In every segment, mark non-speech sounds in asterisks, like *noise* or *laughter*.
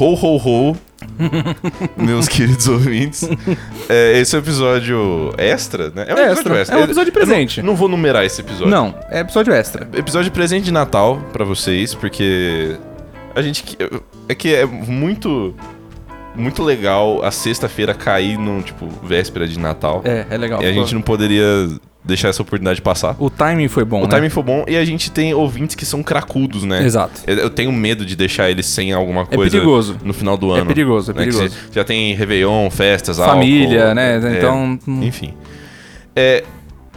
Ho, *laughs* ho, ho, meus queridos ouvintes. É, esse é o episódio extra, né? É um episódio extra. É um episódio Eu- eu presente. Não, não vou numerar esse episódio. Não, é episódio extra. Episódio presente de Natal pra vocês, porque a gente. que- É que é muito. Muito legal a sexta-feira cair no, tipo, véspera de Natal. É, é legal. E a gente não poderia deixar essa oportunidade passar. O timing foi bom, O né? timing foi bom e a gente tem ouvintes que são cracudos, né? Exato. Eu- Eu tenho medo de deixar eles sem alguma É coisa perigoso. no final do É ano. perigoso, é né? Que perigoso. você já tem Réveillon, festas, Família, álcool, né? tá é, Então, hum. Enfim. É,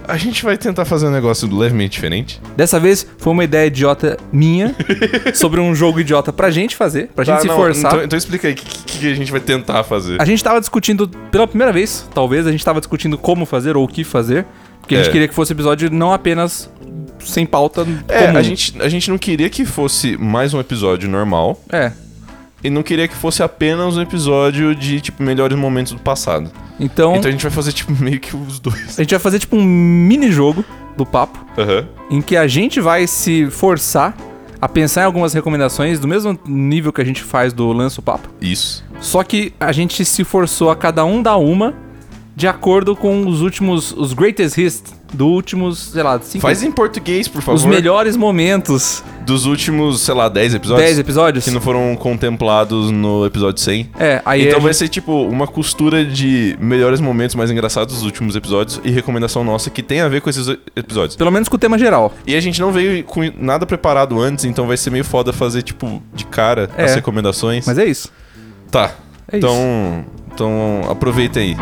a gente vai tentar fazer um negócio levemente diferente. Dessa vez foi uma ideia idiota *laughs* minha sobre um jogo idiota pra gente fazer, pra gente Tá, se não, forçar. Então, então explica aí o que, que- que a gente vai tentar fazer. A gente tava discutindo, pela primeira vez, talvez, a gente tava discutindo como fazer ou o que fazer. Porque a É. gente queria que fosse episódio não apenas sem pauta É, comum. a gente, a gente não queria que fosse mais um episódio normal É. e não queria que fosse apenas um episódio de, tipo, melhores momentos do passado. Então, Então a gente vai fazer, tipo, meio que os dois. a gente vai fazer tipo um mini jogo do papo, Aham. em que a gente vai se forçar a pensar em algumas recomendações do mesmo nível que a gente faz do Lança o Papo. Isso. Só que a gente se forçou a cada um dar uma de acordo com os últimos, os greatest hits do últimos, sei lá, cinco, Faz em português, por favor. os melhores momentos, Dos últimos, sei lá, 10 episódios. 10 episódios. Que não foram contemplados no episódio 100. É, aí então a vai ser tipo uma costura de melhores momentos mais engraçados dos últimos episódios e recomendação nossa que tem a ver com esses episódios. Pelo menos com o tema geral. E a gente não veio com nada preparado antes, então vai ser meio foda fazer tipo de cara É. as recomendações. Mas é isso. Tá. É então, então aproveita aí.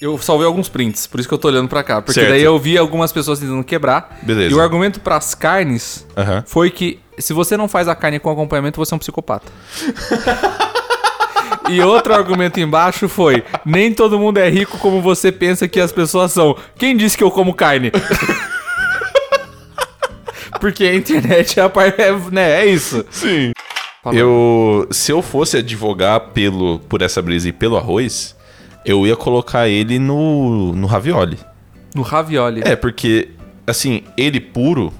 Eu salvei alguns prints, por isso que eu tô olhando pra cá. Porque Certo. daí eu vi algumas pessoas tentando quebrar. Beleza. E o argumento pras carnes Aham. foi que se você não faz a carne com acompanhamento, você é um psicopata. e outro argumento embaixo foi: nem todo mundo é rico como você pensa que as pessoas são. Quem disse que eu como carne? Porque a internet é a parte. É, né, é isso. Sim. Fala. Eu, se eu fosse advogar pelo por essa brisa e pelo arroz, eu ia colocar ele no no ravioli. No ravioli. É, porque, assim, ele puro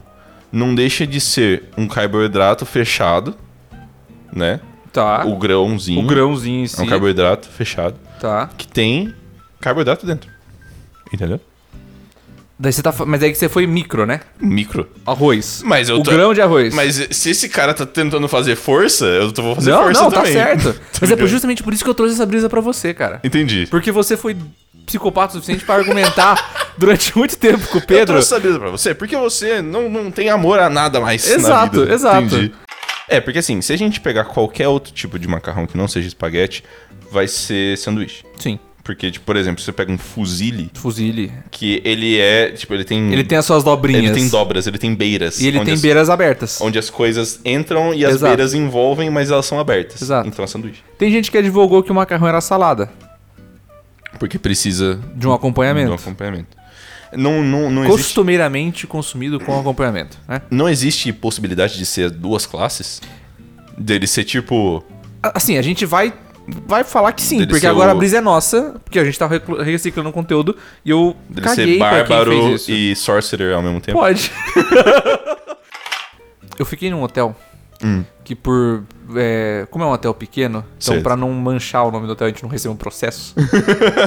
não deixa de ser um carboidrato fechado, né? Tá. O grãozinho. O grãozinho em É si. um carboidrato fechado Tá. que tem carboidrato dentro. Entendeu? Daí você tá, fa- mas é que você foi micro, né? Micro. Arroz. Mas eu o tô- grão de arroz. Mas se esse cara tá tentando fazer força, eu tô- vou fazer não, força não, também. tá *laughs* certo. mas é por- ligado? justamente por isso que eu trouxe essa brisa pra você, cara. Entendi. Porque você foi psicopata o suficiente pra argumentar *laughs* durante muito tempo com o Eu Pedro. trouxe essa brisa pra você, porque você não, não tem amor a nada mais. na Exato, vida. né? exato. É, porque assim, se a gente pegar qualquer outro tipo de macarrão que não seja espaguete, vai ser sanduíche. Sim. Porque, tipo, por exemplo, você pega um fuzile, Fuzile. que ele é, tipo, ele tem... Ele tem as suas dobrinhas. ele tem dobras, ele tem beiras. E ele onde tem as- beiras abertas. Onde as coisas entram e as Exato. beiras envolvem, mas elas são abertas. Exato. Então é sanduíche. Tem gente que advogou que o macarrão era salada. Porque precisa De um acompanhamento. do acompanhamento. Não, não, não existe... Costumeiramente consumido com acompanhamento, né? Não existe possibilidade de ser duas classes? Dele ser, tipo... A- Assim, a gente vai vai falar que sim, Dele porque ser agora a o- brisa é nossa, porque a gente tá reclu- reciclando conteúdo e eu Dele caguei ser pra quem bárbaro fez isso. e sorcerer ao mesmo tempo? Pode. É *laughs* eu fiquei num hotel Hum. que por... é, como é um hotel pequeno, então Certo. pra não manchar o nome do hotel, a gente não receber um processo.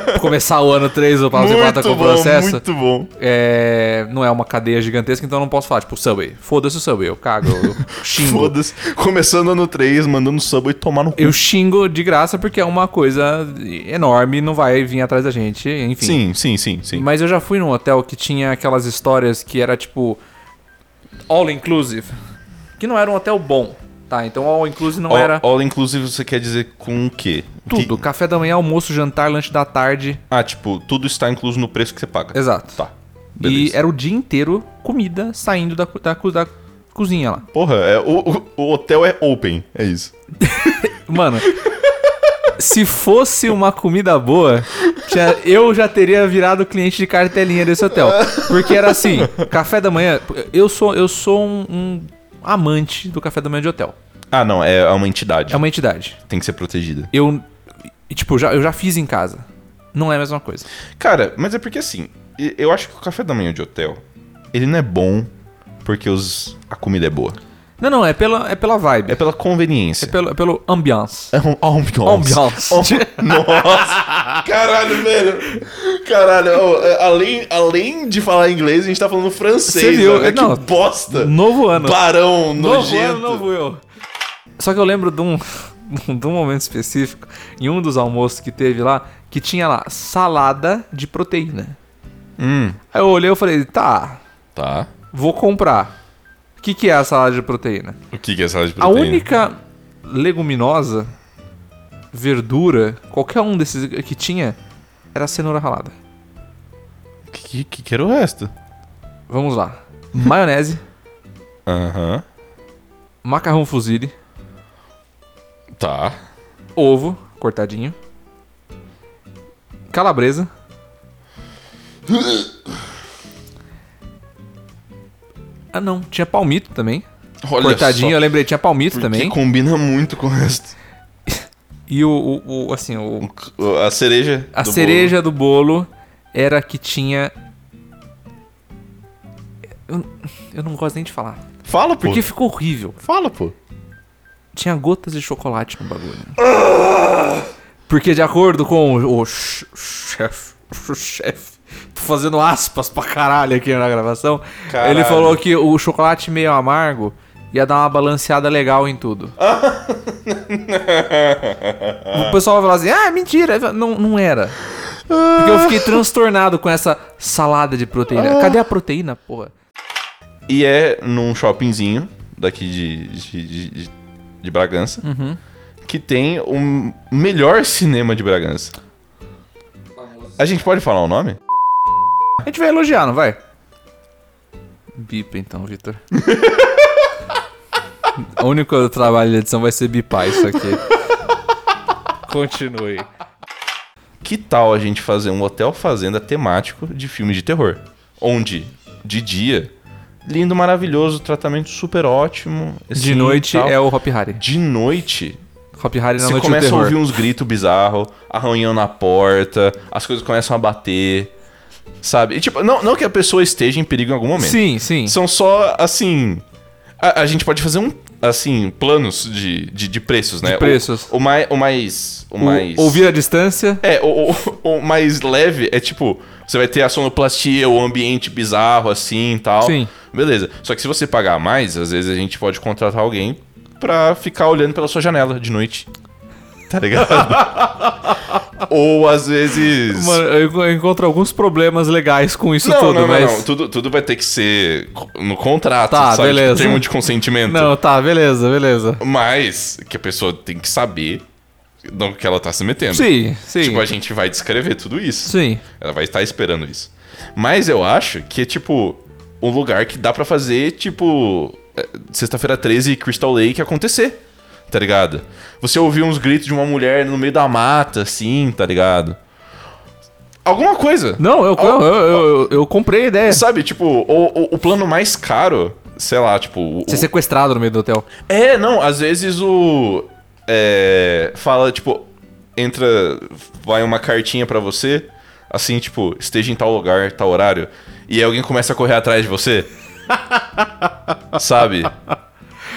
Pra começar o ano 3 ou pra você voltar com o processo. muito bom. É, não é uma cadeia gigantesca, então eu não posso falar, tipo, Subway. Foda-se o Subway, eu cago, *laughs* eu xingo. Foda-se. Começando ano 3, mandando sub e tomar no cu. Eu xingo de graça porque é uma coisa enorme, não vai vir atrás da gente, enfim. Sim, sim, sim, sim. Mas eu já fui num hotel que tinha aquelas histórias que era tipo all inclusive, que não era um hotel bom, tá? Então all inclusive não all, era all inclusive você quer dizer com o quê? tudo, Que- café da manhã, almoço, jantar, lanche da tarde. ah, tipo, tudo está incluso no preço que você paga. Exato. Tá. E Beleza. era o dia inteiro comida saindo da, co- da, co- da cozinha lá. Porra, é, o, o- o hotel é open, é isso. *laughs* Mano, se fosse uma comida boa, tinha- eu já teria virado cliente de cartelinha desse hotel. Porque era assim, café da manhã. Eu sou, eu sou um, um amante do café da manhã de hotel. Ah, não, é uma entidade. É uma entidade. Tem que ser protegida. Eu. e, Tipo, eu já, eu já fiz em casa. Não é a mesma coisa. Cara, mas é porque assim, e- eu acho que o café da manhã de hotel, ele não é bom porque os, a comida é boa. Não, não, é pela, é pela vibe. É É, pela conveniência. pelo, é pelo ambiance. É um ambiance. Ambiance. Am- Nossa. *laughs* Caralho, velho. Caralho. ó, é, além, além de falar inglês, a gente tá falando francês. Você viu? Olha que Não. bosta. Novo ano. Barão, nojento. novo eu. Só que eu lembro de um, *laughs* de um momento específico, em um dos almoços que teve lá, que tinha lá salada de proteína. Hum, Aí eu olhei e falei, tá, tá. vou comprar. O que, que é a salada de proteína? O que que é salada de A proteína? única leguminosa, verdura, qualquer um desses que tinha, era a cenoura ralada. O que, que, que era o resto? *laughs* Vamos lá. Maionese, Aham. macarrão fusilli, Tá. ovo cortadinho, calabresa, Ah não, tinha palmito também. Olha Cortadinho, eu só. lembrei, tinha palmito Que também. combina muito com o resto. E o, o- o- assim, o, O- A cereja. a do cereja do bolo era que tinha. Eu, eu não gosto nem de falar. bolo. Fala, pô. Porque ficou horrível. Fala, pô. Tinha gotas de chocolate no bagulho. Porque de acordo com o, o ch- chefe, o chefe, tô fazendo aspas pra caralho aqui na gravação, Caralho. ele falou que o chocolate meio amargo ia dar uma balanceada legal em tudo. o pessoal vai falar assim, ah, mentira, não, não era. Porque eu fiquei transtornado com essa salada de proteína. Cadê a proteína, porra? E é num shoppingzinho daqui de, de, de- de- de Bragança Uhum. que tem o melhor cinema de Bragança. A gente pode falar o nome? A gente vai elogiar, não vai? Bipa então, Vitor. *laughs* o único trabalho de edição vai ser bipar isso aqui. Continue. Que tal a gente fazer um hotel fazenda temático de filme de terror? Onde, de dia, lindo, maravilhoso, tratamento super ótimo. assim, De noite é o Hop Harry. De noite, Hop Harry na você noite do começa a terror. ouvir uns gritos bizarros, arranhão na porta, as coisas começam a bater, sabe? E tipo, não, não que a pessoa esteja em perigo em algum momento. Sim, sim. São só, assim. A, a gente pode fazer um. Assim, planos de, de, de preços, né? De preços. O, o mai- o mais. O, O- mais. Ouvir a distância. É, o, o- o mais leve é tipo. Você vai ter a sonoplastia, o ambiente bizarro, assim e tal. Sim. Beleza. Só que se você pagar mais, às vezes a gente pode contratar alguém pra ficar olhando pela sua janela de noite. Tá *laughs* ligado? Ou às vezes. Mano, eu enco- eu encontro alguns problemas legais com isso não, tudo, não, não, mas. não. Tudo, tudo vai ter que ser co- no contrato, Tá, sabe? beleza. Tipo, termo de consentimento. Não, tá, beleza, beleza. Mas que a pessoa tem que saber no que ela tá se metendo. Sim, sim. Tipo, a gente vai descrever tudo isso. Sim. Ela vai estar esperando isso. Mas eu acho que é, tipo, um lugar que dá pra fazer, tipo, é, sexta-feira 13 e Crystal Lake acontecer, tá ligado? Você ouvir uns gritos de uma mulher no meio da mata, assim, tá ligado? Alguma coisa. Não, eu, eu, eu, eu- eu comprei a ideia. Sabe, tipo, o, o- o plano mais caro, sei lá, tipo... o- Ser o- sequestrado no meio do hotel. é, não, às vezes o. É, fala, tipo, entra. Vai uma cartinha pra você, assim, tipo, esteja em tal lugar, tal horário, e aí alguém começa a correr atrás de *laughs* você. sabe?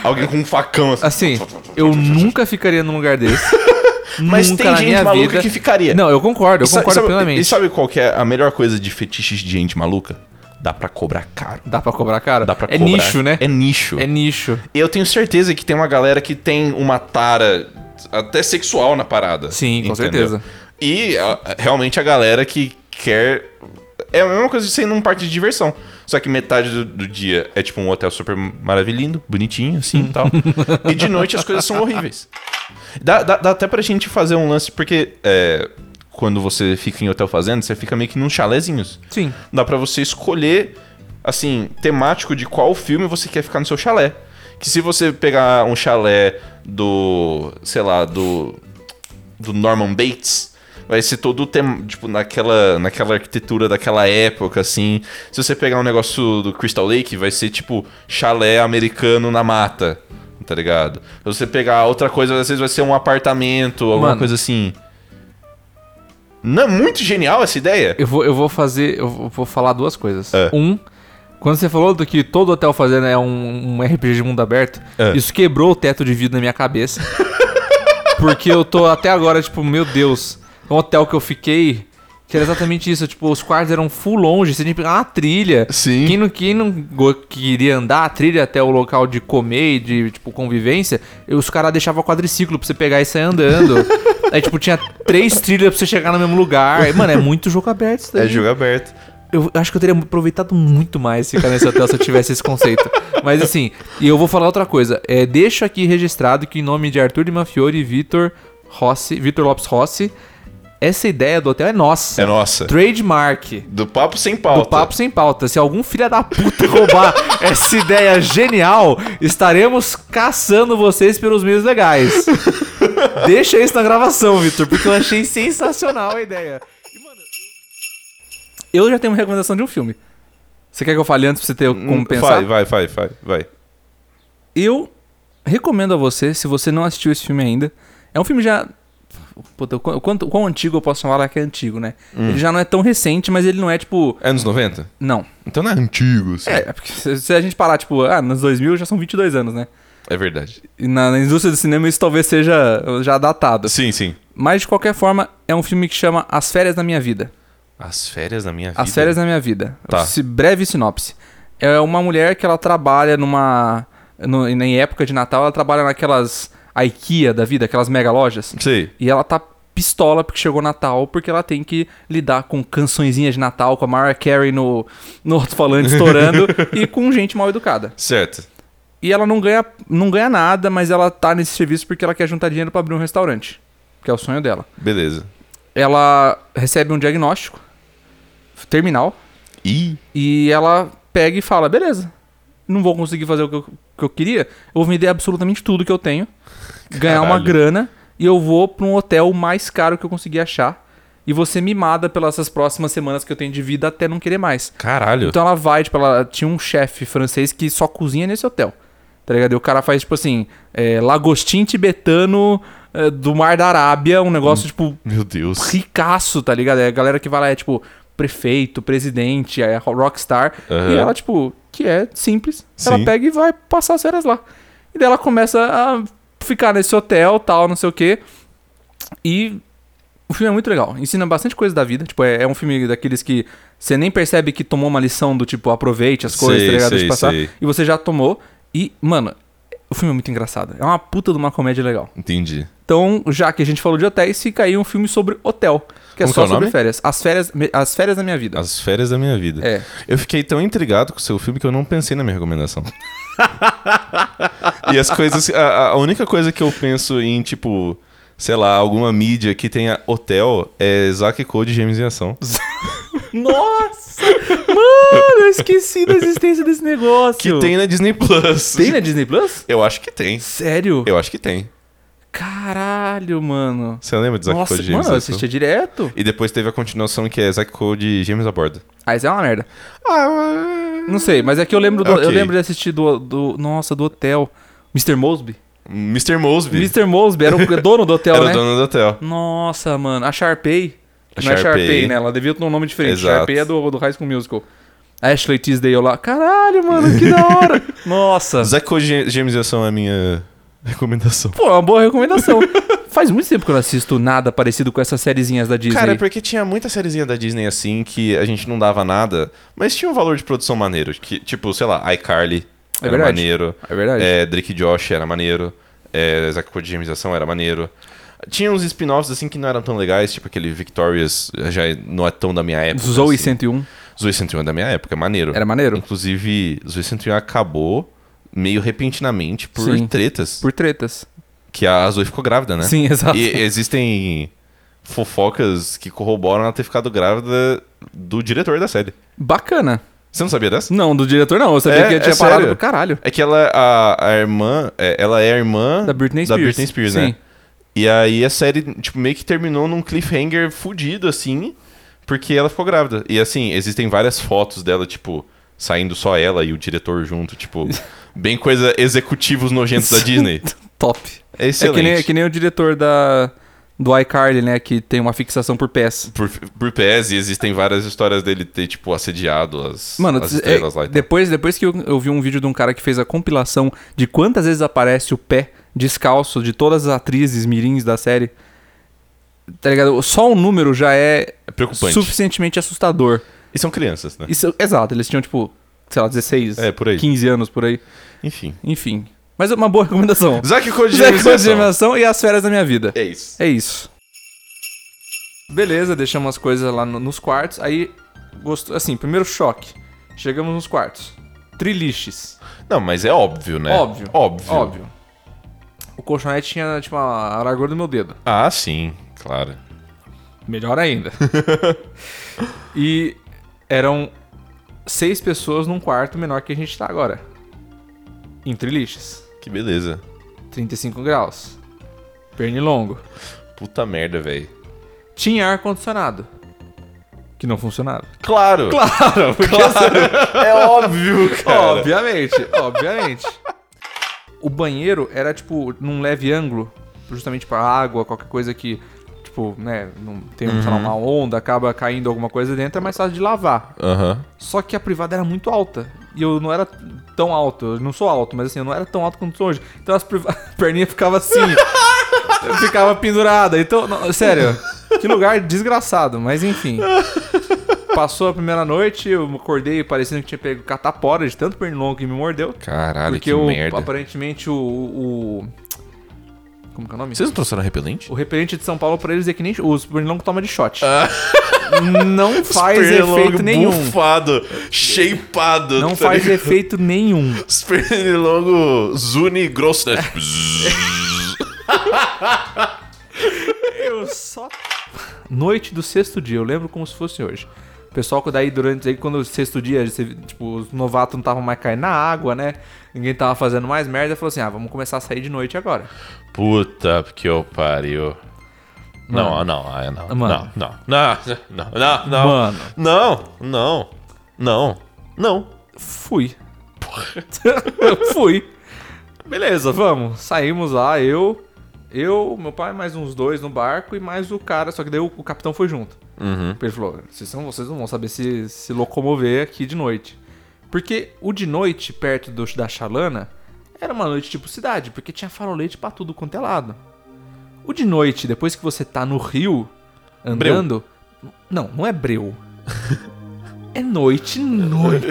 Alguém com um facão assim. Assim, eu nunca ficaria num lugar desse. *laughs* Mas Nunca tem na gente minha maluca vida. que ficaria. é- Não, eu concordo, eu E sa- concordo sabe- plenamente. E sabe qual que é a melhor coisa de fetiches de gente maluca? Dá pra cobrar caro. Dá pra cobrar, cara? Dá pra é cobrar. nicho, né? É nicho. É nicho. Eu tenho certeza que tem uma galera que tem uma tara até sexual na parada. Sim, com certeza. E a- realmente a galera que quer. É a mesma coisa de ser num parque de diversão. Só que metade do, do dia é tipo um hotel super maravilhoso, bonitinho, assim e tal. e de noite as coisas são horríveis. Dá, dá, dá até pra gente fazer um lance, porque é, quando você fica em hotel fazenda, você fica meio que num chalézinhos. Sim. Dá pra você escolher, assim, temático de qual filme você quer ficar no seu chalé. Que se você pegar um chalé do, sei lá, do do Norman Bates, vai ser todo tem, tipo naquela naquela arquitetura daquela época assim. Se você pegar um negócio do Crystal Lake, vai ser tipo chalé americano na mata. tá ligado? Se você pegar outra coisa, às vezes vai ser um apartamento, alguma Mano. coisa assim. Não é muito genial essa ideia? Eu vou, eu vou fazer. Eu vou vou falar duas coisas. É. Um, quando você falou do que todo hotel fazendo é um, um RPG de mundo aberto, É. isso quebrou o teto de vidro na minha *laughs* cabeça. porque eu tô até agora, tipo, meu Deus, um hotel que eu fiquei. Que era exatamente isso, tipo, os quartos eram full longe, você tinha que pegar uma trilha. Sim. Quem não, quem não go- queria andar a trilha até o local de comer e de, tipo, convivência, eu- os caras deixavam quadriciclo pra você pegar e sair *laughs* andando. Aí, tipo, tinha três trilhas pra você chegar no mesmo lugar. E, Mano, é muito jogo aberto isso daí. É jogo aberto. Eu acho que eu teria aproveitado muito mais ficar nesse hotel se eu tivesse esse conceito. Mas assim, e eu vou falar outra coisa. É, deixo aqui registrado que em nome de Arthur de Mafiori e Vitor Rossi, Vitor Lopes Rossi, essa ideia do hotel é nossa. É nossa. Trademark. Do papo sem Do pauta. Papo Sem Pauta. Se algum filho da *laughs* puta roubar essa ideia genial, estaremos caçando vocês pelos meios legais. Deixa isso na gravação, Vitor, porque eu achei sensacional a ideia. E, mano, eu eu já tenho uma recomendação de um filme. Você quer que eu fale antes pra você ter como pensar? Hum, Vai, vai, vai, vai, vai. Eu recomendo a você, se você não assistiu esse filme ainda. É um filme já. Puta, o quão, quanto- quão antigo eu posso falar que é antigo, né? Hum. Ele já não é tão recente, mas ele não é tipo. Anos 90? Não. Então não é antigo, assim. É, é porque se se a gente parar, tipo, ah, nos 2000 já são 22 anos, né? É verdade. E na, na indústria do cinema isso talvez seja uh, já datado. Sim, sim. Mas, de qualquer forma, é um filme que chama As Férias da Minha Vida. As férias na minha vida. As Férias da Minha Vida. Tá. Se- breve sinopse. É uma mulher que ela trabalha numa... no- em época de Natal, ela trabalha naquelas IKEA da vida, aquelas mega lojas. Sei. E ela tá pistola porque chegou Natal, porque ela tem que lidar com cançõezinhas de Natal, com a Mariah Carey no, no *laughs* alto-falante estourando e com gente mal educada. Certo. E ela não ganha, não ganha nada, mas ela tá nesse serviço porque ela quer juntar dinheiro pra abrir um restaurante, que é o sonho dela. Beleza. Ela recebe um diagnóstico terminal Ih. e ela pega e fala: "Beleza. Não vou conseguir fazer o que eu, que eu queria. Eu vou vender absolutamente tudo que eu tenho, ganhar uma Caralho. grana e eu vou pra um hotel mais caro que eu conseguir achar e vou ser mimada pelas essas próximas semanas que eu tenho de vida até não querer mais". Caralho. Então ela vai, tipo, ela tinha um chefe francês que só cozinha nesse hotel. Tá ligado? E o cara faz, tipo assim, é, lagostim tibetano é, do Mar da Arábia, um negócio, tipo, Meu Deus. ricaço, tá ligado? É a galera que vai lá é, tipo, prefeito, presidente, é rockstar. Aham. E ela, tipo, que é simples, ela Sim. pega e vai passar as férias lá. E daí ela começa a ficar nesse hotel, tal, não sei o quê. E o filme é muito legal. Ensina bastante coisa da vida. Tipo, é, é um filme daqueles que você nem percebe que tomou uma lição do tipo, aproveite as coisas, Sei, tá ligado? sei, de passar. sei. E você já tomou. E, mano, o filme é muito engraçado. É uma puta de uma comédia legal. Entendi. Então, já que a gente falou de hotéis, fica aí um filme sobre hotel, Como que que é é só o sobre nome? férias. As férias, me- as férias da minha vida. As férias da minha vida. É. Eu fiquei tão intrigado com o seu filme que eu não pensei na minha recomendação. e as coisas. A, a única coisa que eu penso em, tipo, sei lá, alguma mídia que tenha hotel é Zack Code Gêmeos em Ação. Nossa! *laughs* Mano, eu esqueci da existência desse negócio. Que tem na Disney Plus. Tem na Disney Plus? Eu acho que tem. Sério? Eu acho que tem. Caralho, mano. Você lembra de Zack Nossa, Code Gêmeos mano, eu em Ação? assistia direto. E depois teve a continuação que é Zack Code Gêmeos a Bordo. Ah, isso é uma merda. Ah, Não sei, mas é que eu lembro do, Ok. eu lembro de assistir do, do nossa, do hotel. Mr. Mosby? Mr. Mosby Mr. Mosby era o dono do hotel, era né? o dono do hotel. Nossa, mano. A Sharpay. A não é Sharpay, Sharpay, né? Ela devia ter um nome diferente. Exato. Sharpay é do, do High School Musical. Ashley Tisdale lá. Caralho, mano, que *laughs* da hora. Nossa. Zack Code Gêmeos em Ação é a minha recomendação. Pô, é uma boa recomendação. Faz muito tempo que eu não assisto nada parecido com essas sériezinhas da Disney. Cara, é porque tinha muita sériezinha da Disney assim que a gente não dava nada, mas tinha um valor de produção maneiro. Que, tipo, sei lá, iCarly É era verdade. maneiro. É verdade. É, Drake e Josh era maneiro. É, Zack Code Gêmeos em Ação era maneiro. Tinha uns spin-offs assim que não eram tão legais, tipo aquele Victorious já não é tão da minha época. Zoe assim. 101. Zoe 101 é da minha época, é maneiro. Era maneiro? Inclusive, Zoe 101 acabou meio repentinamente por Sim. tretas. Por tretas. Que a Zoe ficou grávida, né? Sim, exato. E existem fofocas que corroboram ela ter ficado grávida do diretor da série. Bacana. Você não sabia dessa? Não, do diretor não. Eu sabia É, que é tinha parado sério. do caralho. É que ela, a, a irmã, é, ela é a irmã Da Britney Spears. né? Sim. E aí a série, tipo, meio que terminou num cliffhanger fudido, assim, porque ela ficou grávida. *laughs* E assim, existem várias fotos dela, tipo, saindo só ela e o diretor junto, tipo, Bem coisa executivos nojentos da Disney. Top. É É excelente. que, nem, é que nem o diretor da, do iCarly, né? Que tem uma fixação por pés. Por, por pés, e existem várias histórias dele ter, tipo, assediado as, Mano, as é- estrelas lá. e tal. depois, depois que eu, eu vi um vídeo de um cara que fez a compilação de quantas vezes aparece o pé descalço de todas as atrizes mirins da série, tá ligado? Só o número já é É preocupante. suficientemente assustador. E são crianças, né? Isso, exato, eles tinham tipo, sei lá, 16, É, por aí. 15 anos por aí. Enfim. Enfim. Mas é uma boa *laughs* recomendação. Zack Code Zack Codimação e as férias da minha vida. É isso. É isso. Beleza, deixamos as coisas lá no- nos quartos. Aí, gostou, assim, primeiro choque. Chegamos nos quartos. Triliches. Não, mas é óbvio, né? Óbvio. Óbvio. Óbvio. O colchonete tinha, tipo, a a largura do meu dedo. Ah, sim, claro. Melhor ainda. e eram seis pessoas num quarto menor que a gente tá agora. Em Triliches. Que beleza. 35 graus. Pernilongo. Puta merda, velho. Tinha ar-condicionado. Que não funcionava. Claro. *laughs* Claro, É *laughs* óbvio, cara. Obviamente, obviamente. O banheiro era, tipo, num leve ângulo, justamente pra água, qualquer coisa que, tipo, né, não tem sei lá, uma onda, acaba caindo alguma coisa dentro, é mais fácil de lavar. Aham. Só que a privada era muito alta. E eu não era tão alto, eu não sou alto, mas assim, eu não era tão alto quanto sou hoje. Então as priva... *laughs* a perninha ficava assim, eu ficava pendurada. Então, não, sério, que lugar desgraçado, mas enfim. Passou a primeira noite, eu acordei parecendo que tinha pego catapora de tanto pernilongo que me mordeu. Caralho, porque que o, merda. aparentemente o, o- Como que é o nome? Vocês não trouxeram repelente? O repelente de São Paulo pra eles é que nem. Os pernilongos toma de shot. Ah. Não faz efeito nenhum. Bufado, shapeado. Não tá faz ligado? efeito nenhum. Os pernilongo zuni grosso, né? Tipo, zzz. Eu só. Noite do sexto dia, eu lembro como se fosse hoje. O pessoal que daí durante aí, quando o sexto dia, você- tipo, os novatos não estavam mais caindo na água, né? Ninguém tava fazendo mais merda, falou assim: ah, vamos começar a sair de noite agora. Puta que eu pariu. Não, não, ah, não, Mano. não, não, não, não, não, Mano. não, não, não, não. Fui. *laughs* eu fui. Beleza, vamos. Saímos lá, eu, eu, meu pai, mais uns dois no barco e mais o cara. Só que daí o, o capitão foi junto. Ele falou: vocês não, vocês não vão saber se, se locomover aqui de noite. Porque o de noite, perto do, da Chalana, era uma noite tipo cidade, porque tinha farolete pra tudo quanto é lado. O de noite, depois que você tá no rio, andando. Não, não é breu. é noite, *laughs* noite.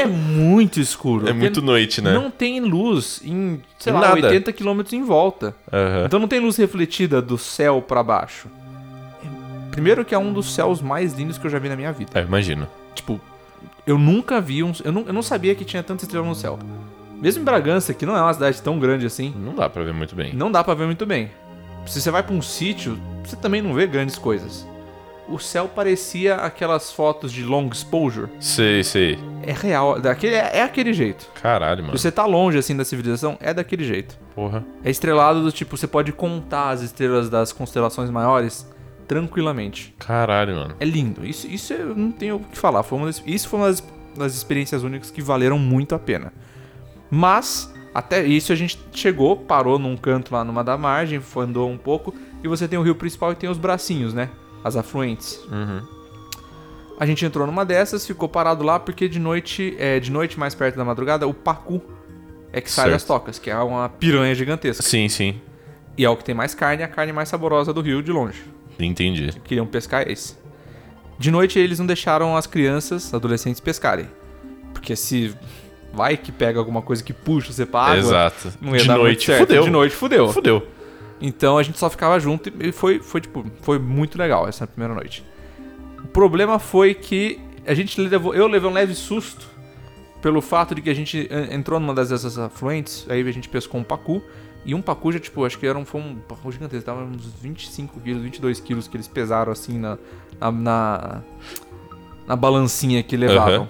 é muito escuro. É muito noite, né? Não tem luz em, sei Em lá, nada. É. 80 quilômetros em volta. Aham. Então não tem luz refletida do céu pra baixo. É- Primeiro que é um dos céus mais lindos que eu já vi na minha vida. É, imagino. Tipo, eu nunca vi um... Eu não, eu não sabia que tinha tanta estrela no céu. Mesmo em Bragança, que não é uma cidade tão grande assim, Não dá pra ver muito bem. não dá pra ver muito bem. Se você vai pra um sítio, você também não vê grandes coisas. O céu parecia aquelas fotos de long exposure. Sei, sei. É real, daquele, é, é aquele jeito. Caralho, mano. Se você tá longe assim da civilização, é daquele jeito. Porra. É estrelado do tipo, você pode contar as estrelas das constelações maiores tranquilamente. Caralho, mano. É lindo. Isso, isso eu não tenho o que falar. Foi uma das- isso foi uma das, das experiências únicas que valeram muito a pena. Mas, até isso a gente chegou, parou num canto lá numa da margem, foi- andou um pouco, e você tem o rio principal e tem os bracinhos, né? As afluentes. A gente entrou numa dessas, ficou parado lá, porque de noite, é, de noite mais perto da madrugada, o pacu é que sai Certo. das tocas, que é uma piranha gigantesca. Sim, sim. E é o que tem mais carne, a carne mais saborosa do rio de longe. Entendi. Queriam pescar esse. De noite eles não deixaram as crianças, adolescentes pescarem. Porque se vai que pega alguma coisa que puxa você pra água, Exato. não ia de dar muito noite, certo. fudeu. De noite fudeu. Fudeu. Então a gente só ficava junto e foi, foi tipo, foi muito legal essa primeira noite. O problema foi que a gente levou, eu levei um leve susto pelo fato de que a gente en- entrou numa das dessas afluentes, aí a gente pescou um pacu e um pacu já tipo, acho que era um, foi um pacu gigantesco, tava uns 25 quilos, 22 quilos que eles pesaram assim na na, na, na balancinha que levavam. Aham.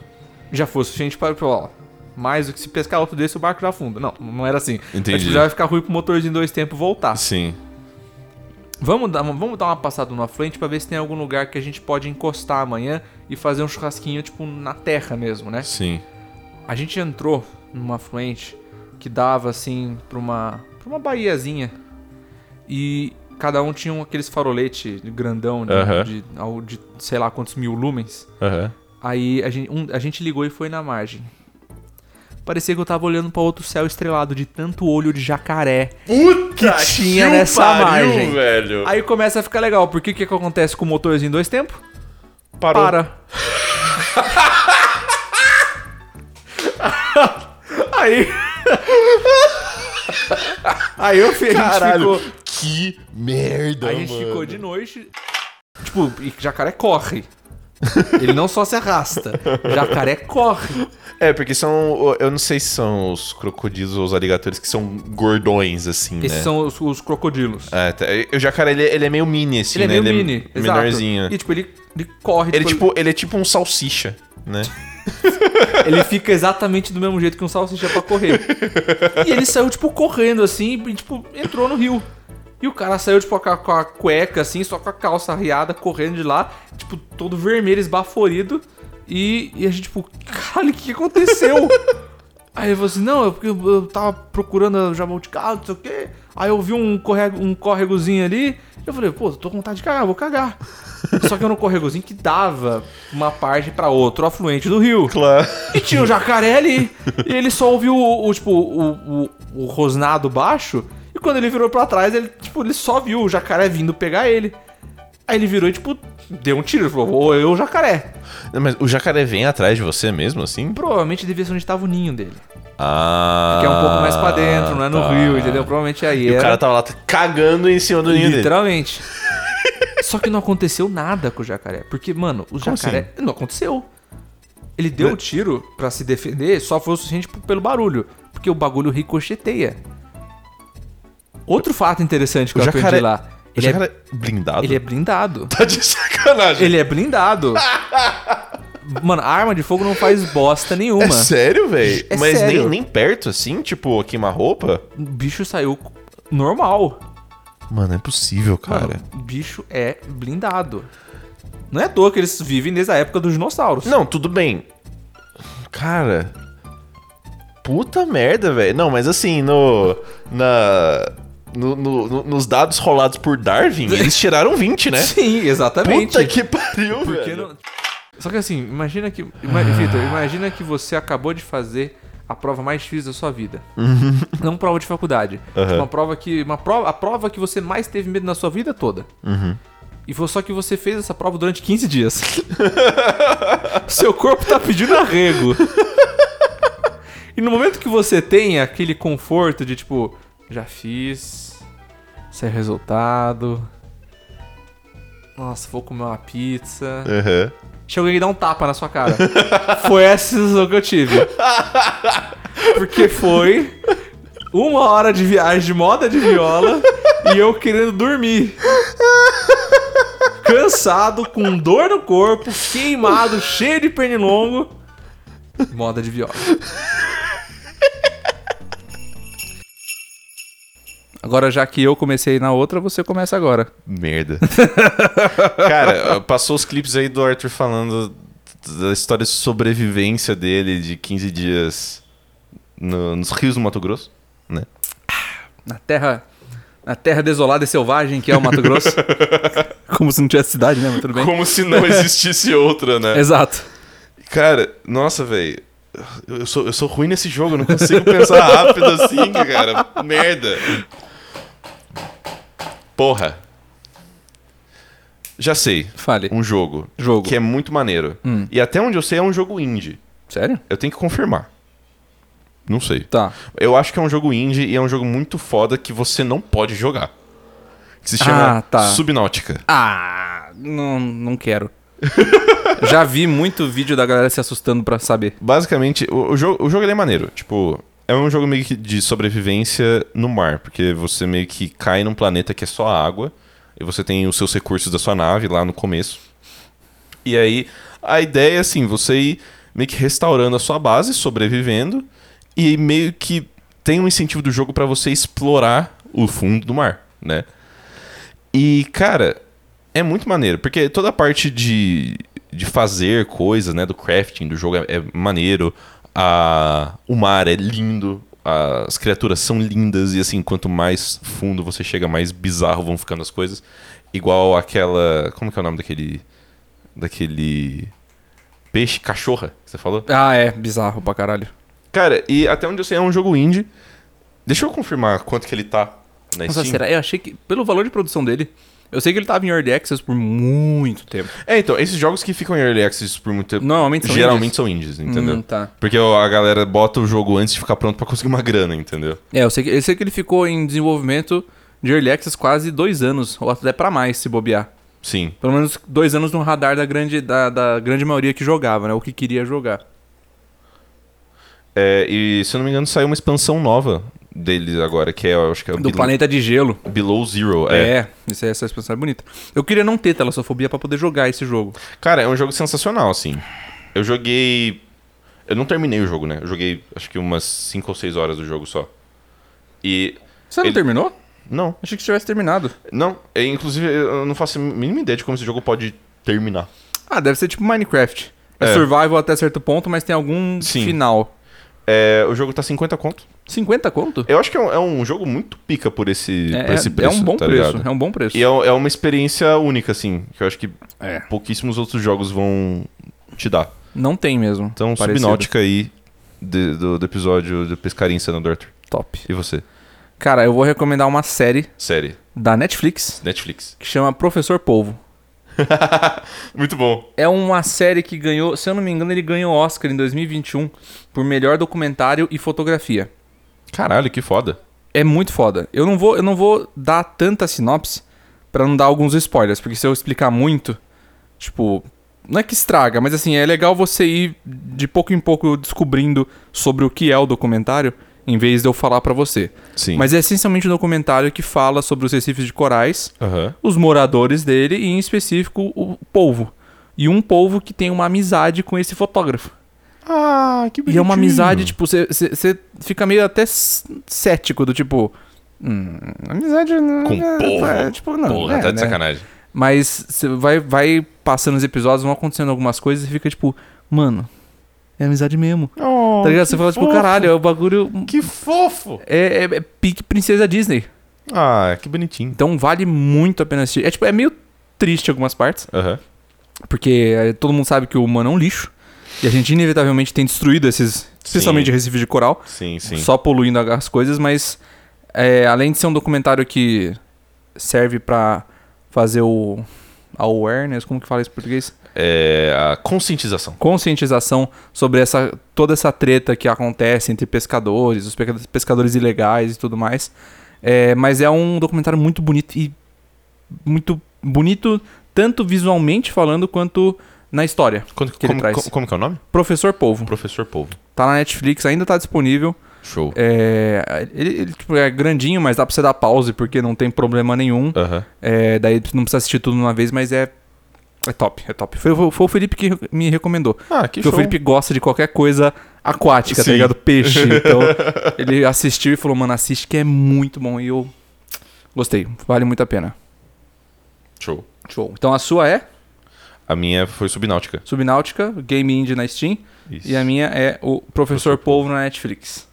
Já foi o suficiente para falar, ó, mais do que se pescar outro desse o barco já afunda. Não, não era assim. Entendi. Mas já vai ficar ruim pro motorzinho em dois tempos voltar. Sim. Vamos dar, vamos dar uma passada na frente pra ver se tem algum lugar que a gente pode encostar amanhã e fazer um churrasquinho, tipo, na terra mesmo, né? Sim. A gente entrou num afluente, que dava assim pra uma, pra uma baiazinha. E cada um tinha um, aqueles farolete grandão de, Aham. de- ao- de sei lá quantos mil lumens. Aham. Aí a gente, um- a gente ligou e foi na margem. Parecia que eu tava olhando pra outro céu estrelado de tanto olho de jacaré. Puta que tinha nessa margem. velho. Aí começa a ficar legal, porque o que, que acontece com o motorzinho em dois tempos? parou. Para. *laughs* Aí. Aí eu *laughs* fiz. Caralho. A gente ficou, Que merda, a gente mano. ficou de noite. Tipo, e jacaré corre. Ele não só se arrasta, jacaré corre. É, porque são. Eu não sei se são os crocodilos ou os aligatores que são gordões, assim, Esses né? são os, os crocodilos. É, tá. O jacaré, ele, ele é meio mini, assim, Ele é né? meio mini, é exato. menorzinho. E tipo, ele, ele corre. Ele, tipo, ele é tipo um salsicha, né? Ele fica exatamente do mesmo jeito que um salsicha pra correr. E ele saiu, tipo, correndo assim, e, tipo, entrou no rio. E o cara saiu, tipo, com a, com a cueca, assim, só com a calça arriada, correndo de lá, tipo, todo vermelho, esbaforido. E, e a gente, tipo, caralho, o que aconteceu? Aí ele falou assim, não, é porque eu, eu tava procurando a jabuticaba, não sei o quê. Aí eu vi um, corrego, um corregozinho ali, eu falei, pô, tô com vontade de cagar, vou cagar. Só que era um corregozinho que dava uma parte pra outro afluente do rio. *laughs* Claro. E tinha o jacaré ali. e ele só ouviu o, o, tipo, o, o, o rosnado baixo. E quando ele virou pra trás, ele, tipo, ele só viu o jacaré vindo pegar ele. Aí ele virou e, tipo, deu um tiro. Ele falou, ou eu, o jacaré. Não, Mas o jacaré vem atrás de você mesmo, assim? Provavelmente devia ser onde tava o ninho dele. Ah. Que é um pouco mais pra dentro, não é no tá. rio, entendeu? Provavelmente é aí E era. o cara tava lá cagando em cima do ninho dele. Literalmente. *laughs* Só que não aconteceu nada com o jacaré. Porque, mano, o Como assim? jacaré. Não aconteceu. Ele deu o tiro pra se defender, só foi o suficiente p- pelo barulho. Porque o bagulho ricocheteia. Outro fato interessante que O eu jacaré. aprendi lá. O Ele é, jacaré blindado? ele é blindado. *laughs* Tá de sacanagem. Ele *laughs* é blindado. Mano, a arma de fogo não faz bosta nenhuma. É sério, velho? É Mas nem, sério. nem perto, assim? Tipo, queima-roupa? O bicho saiu c- normal. Mano, é possível, cara. Mano, o bicho é blindado. Não é à toa que eles vivem desde a época dos dinossauros. Não, tudo bem. Cara. Puta merda, velho. Não, mas assim, no. Na. no- no- no- nos dados rolados por Darwin, eles tiraram 20, né? Sim, exatamente. Puta que pariu, Porque velho. não- Só que assim, imagina que. Ima... Vitor, imagina que você acabou de fazer a prova mais difícil da sua vida. Não prova de faculdade. tipo, Uhum. Uma prova que. Uma prova... A prova que você mais teve medo na sua vida toda. E foi só que você fez essa prova durante 15 dias. Seu corpo tá pedindo arrego. E no momento que você tem aquele conforto de tipo, já fiz, esse é resultado. Nossa, vou comer uma pizza. Aham. Chega alguém e dá um tapa na sua cara. *laughs* foi essa sensação que eu tive. Porque foi uma hora de viagem de moda de viola e eu querendo dormir. Cansado, com dor no corpo, queimado, cheio de pernilongo. Moda de viola. Agora, já que eu comecei na outra, você começa agora. Merda. *laughs* Cara, passou os clipes aí do Arthur falando da história de sobrevivência dele de 15 dias no- nos rios do Mato Grosso, né? Na terra. Na terra desolada e selvagem que é o Mato Grosso. *laughs* Como se não tivesse cidade, né? Mas tudo bem. É. Como se não existisse outra, né? Exato. Cara, nossa, velho. Eu eu sou, eu sou ruim nesse jogo, eu não consigo pensar rápido assim, cara. Merda. Porra. Já sei. Fale. Um jogo. Jogo. Que é muito maneiro. Hum. E até onde eu sei é um jogo indie. Sério? Eu tenho que confirmar. Não sei. Tá. Eu acho que é um jogo indie e é um jogo muito foda que você não pode jogar. Que se chama Ah, tá. Subnáutica. Ah, não, não quero. *laughs* Já vi muito vídeo da galera se assustando pra saber. Basicamente, o, o jogo, o jogo ele é maneiro. Tipo, é um jogo meio que de sobrevivência no mar, porque você meio que cai num planeta que é só água, e você tem os seus recursos da sua nave lá no começo. E aí, a ideia é assim, você ir meio que restaurando a sua base, sobrevivendo, e meio que tem um incentivo do jogo pra você explorar o fundo do mar, né? E, cara, é muito maneiro, porque toda a parte de, de fazer coisas, né, do crafting do jogo é, é maneiro. a- o mar é lindo, as criaturas são lindas, e assim, quanto mais fundo você chega, mais bizarro vão ficando as coisas. Igual aquela. Como que é o nome daquele. Daquele. Peixe cachorra que você falou? Ah, é, bizarro pra caralho. Cara, e até onde eu sei é um jogo indie. Deixa eu confirmar quanto que ele tá na Nossa, Steam. será? Eu achei que, pelo valor de produção dele, eu sei que ele tava em Early Access por muito tempo. É, então, esses jogos que ficam em Early Access por muito tempo, Normalmente são geralmente indies. são indies, entendeu? Hum, tá. Porque a galera bota o jogo antes de ficar pronto pra conseguir uma grana, entendeu? É, eu sei, que, eu sei que ele ficou em desenvolvimento de Early Access quase dois anos, ou até pra mais, se bobear. Sim. Pelo menos dois anos no radar da grande, da, da grande maioria que jogava, né? O que queria jogar. É, e se eu não me engano, saiu uma expansão nova deles agora, que é, eu acho que é Do Planeta de Gelo. Below Zero. É. É, isso é essa expansão é bonita. Eu queria não ter talassofobia pra poder jogar esse jogo. Cara, é um jogo sensacional, assim. Eu joguei. Eu não terminei o jogo, né? Eu joguei acho que umas 5 ou 6 horas do jogo só. E. Você não Ele- terminou? Não, Achei que você tivesse terminado. não. É, inclusive, eu não faço a mínima ideia de como esse jogo pode terminar. Ah, deve ser tipo Minecraft. É, É. survival até certo ponto, mas tem algum Sim. final. É, o jogo tá 50 conto. 50 conto? Eu acho que é um, é um jogo muito pica por esse, É, por esse preço. um bom tá preço. ligado? É um bom preço. E é, é uma experiência única, assim, que eu acho que É. pouquíssimos outros jogos vão te dar. Não tem mesmo. Então, Parecido. subnáutica aí de- do, do episódio do Pescaria Insana do Arthur. Top. E você? Cara, eu vou recomendar uma série Série, da Netflix Netflix. que chama Professor Polvo. Muito bom. É uma série que ganhou, se eu não me engano, ele ganhou Oscar em 2021 por melhor documentário e fotografia. Caralho, que foda. É muito foda. Eu não vou, eu não vou dar tanta sinopse pra não dar alguns spoilers, porque se eu explicar muito, tipo, não é que estraga, mas assim, é legal você ir de pouco em pouco descobrindo sobre o que é o documentário, em vez de eu falar pra você. Sim. Mas é essencialmente um documentário que fala sobre os recifes de corais, Aham. os moradores dele e em específico o povo. E um povo que tem uma amizade com esse fotógrafo. Ah, que E é uma amizade, tipo, você fica meio até s- cético do tipo. Hum, amizade não. Com é, povo? é, tipo, não. Porra, é, tá de né? sacanagem. Mas você vai, vai passando os episódios, vão acontecendo algumas coisas e fica tipo, mano, é amizade mesmo. tá ligado? Você fala, tipo, caralho, é o bagulho. Oh, Que fofo! É, é, é pique princesa Disney. Ah, que bonitinho. Então vale muito a pena assistir. É tipo, é meio triste algumas partes. Aham. Porque eh, todo mundo sabe que o humano é um lixo. E a gente inevitavelmente tem destruído esses. Especialmente recifes de coral. Sim, sim. Só poluindo as coisas, mas. eh, além de ser um documentário que serve pra fazer o. Awareness, como que fala isso em português? É a conscientização. Conscientização sobre essa, toda essa treta que acontece entre pescadores, os peca- pescadores ilegais e tudo mais. Eh, mas é um documentário muito bonito e muito bonito, tanto visualmente falando quanto na história. Quando, Que ele como, traz. Uhum. co- como que é o nome? Professor Polvo. Professor Povo. Tá na Netflix, ainda tá disponível. Show. É, ele, ele, tipo, é grandinho, mas dá pra você dar pause porque não tem problema nenhum. Aham. É, daí não precisa assistir tudo de uma vez, mas é, é top, é top. Foi, foi o Felipe que me recomendou. Ah, que porque show. o Felipe gosta de qualquer coisa aquática, Sim. tá ligado? Peixe. Então ele assistiu e falou, mano, assiste que é muito bom. E eu gostei, vale muito a pena. Show. Show. Então a sua é A minha foi Subnáutica. Subnáutica, Game Indie na Steam. Isso. E a minha é o Professor Polvo na Netflix.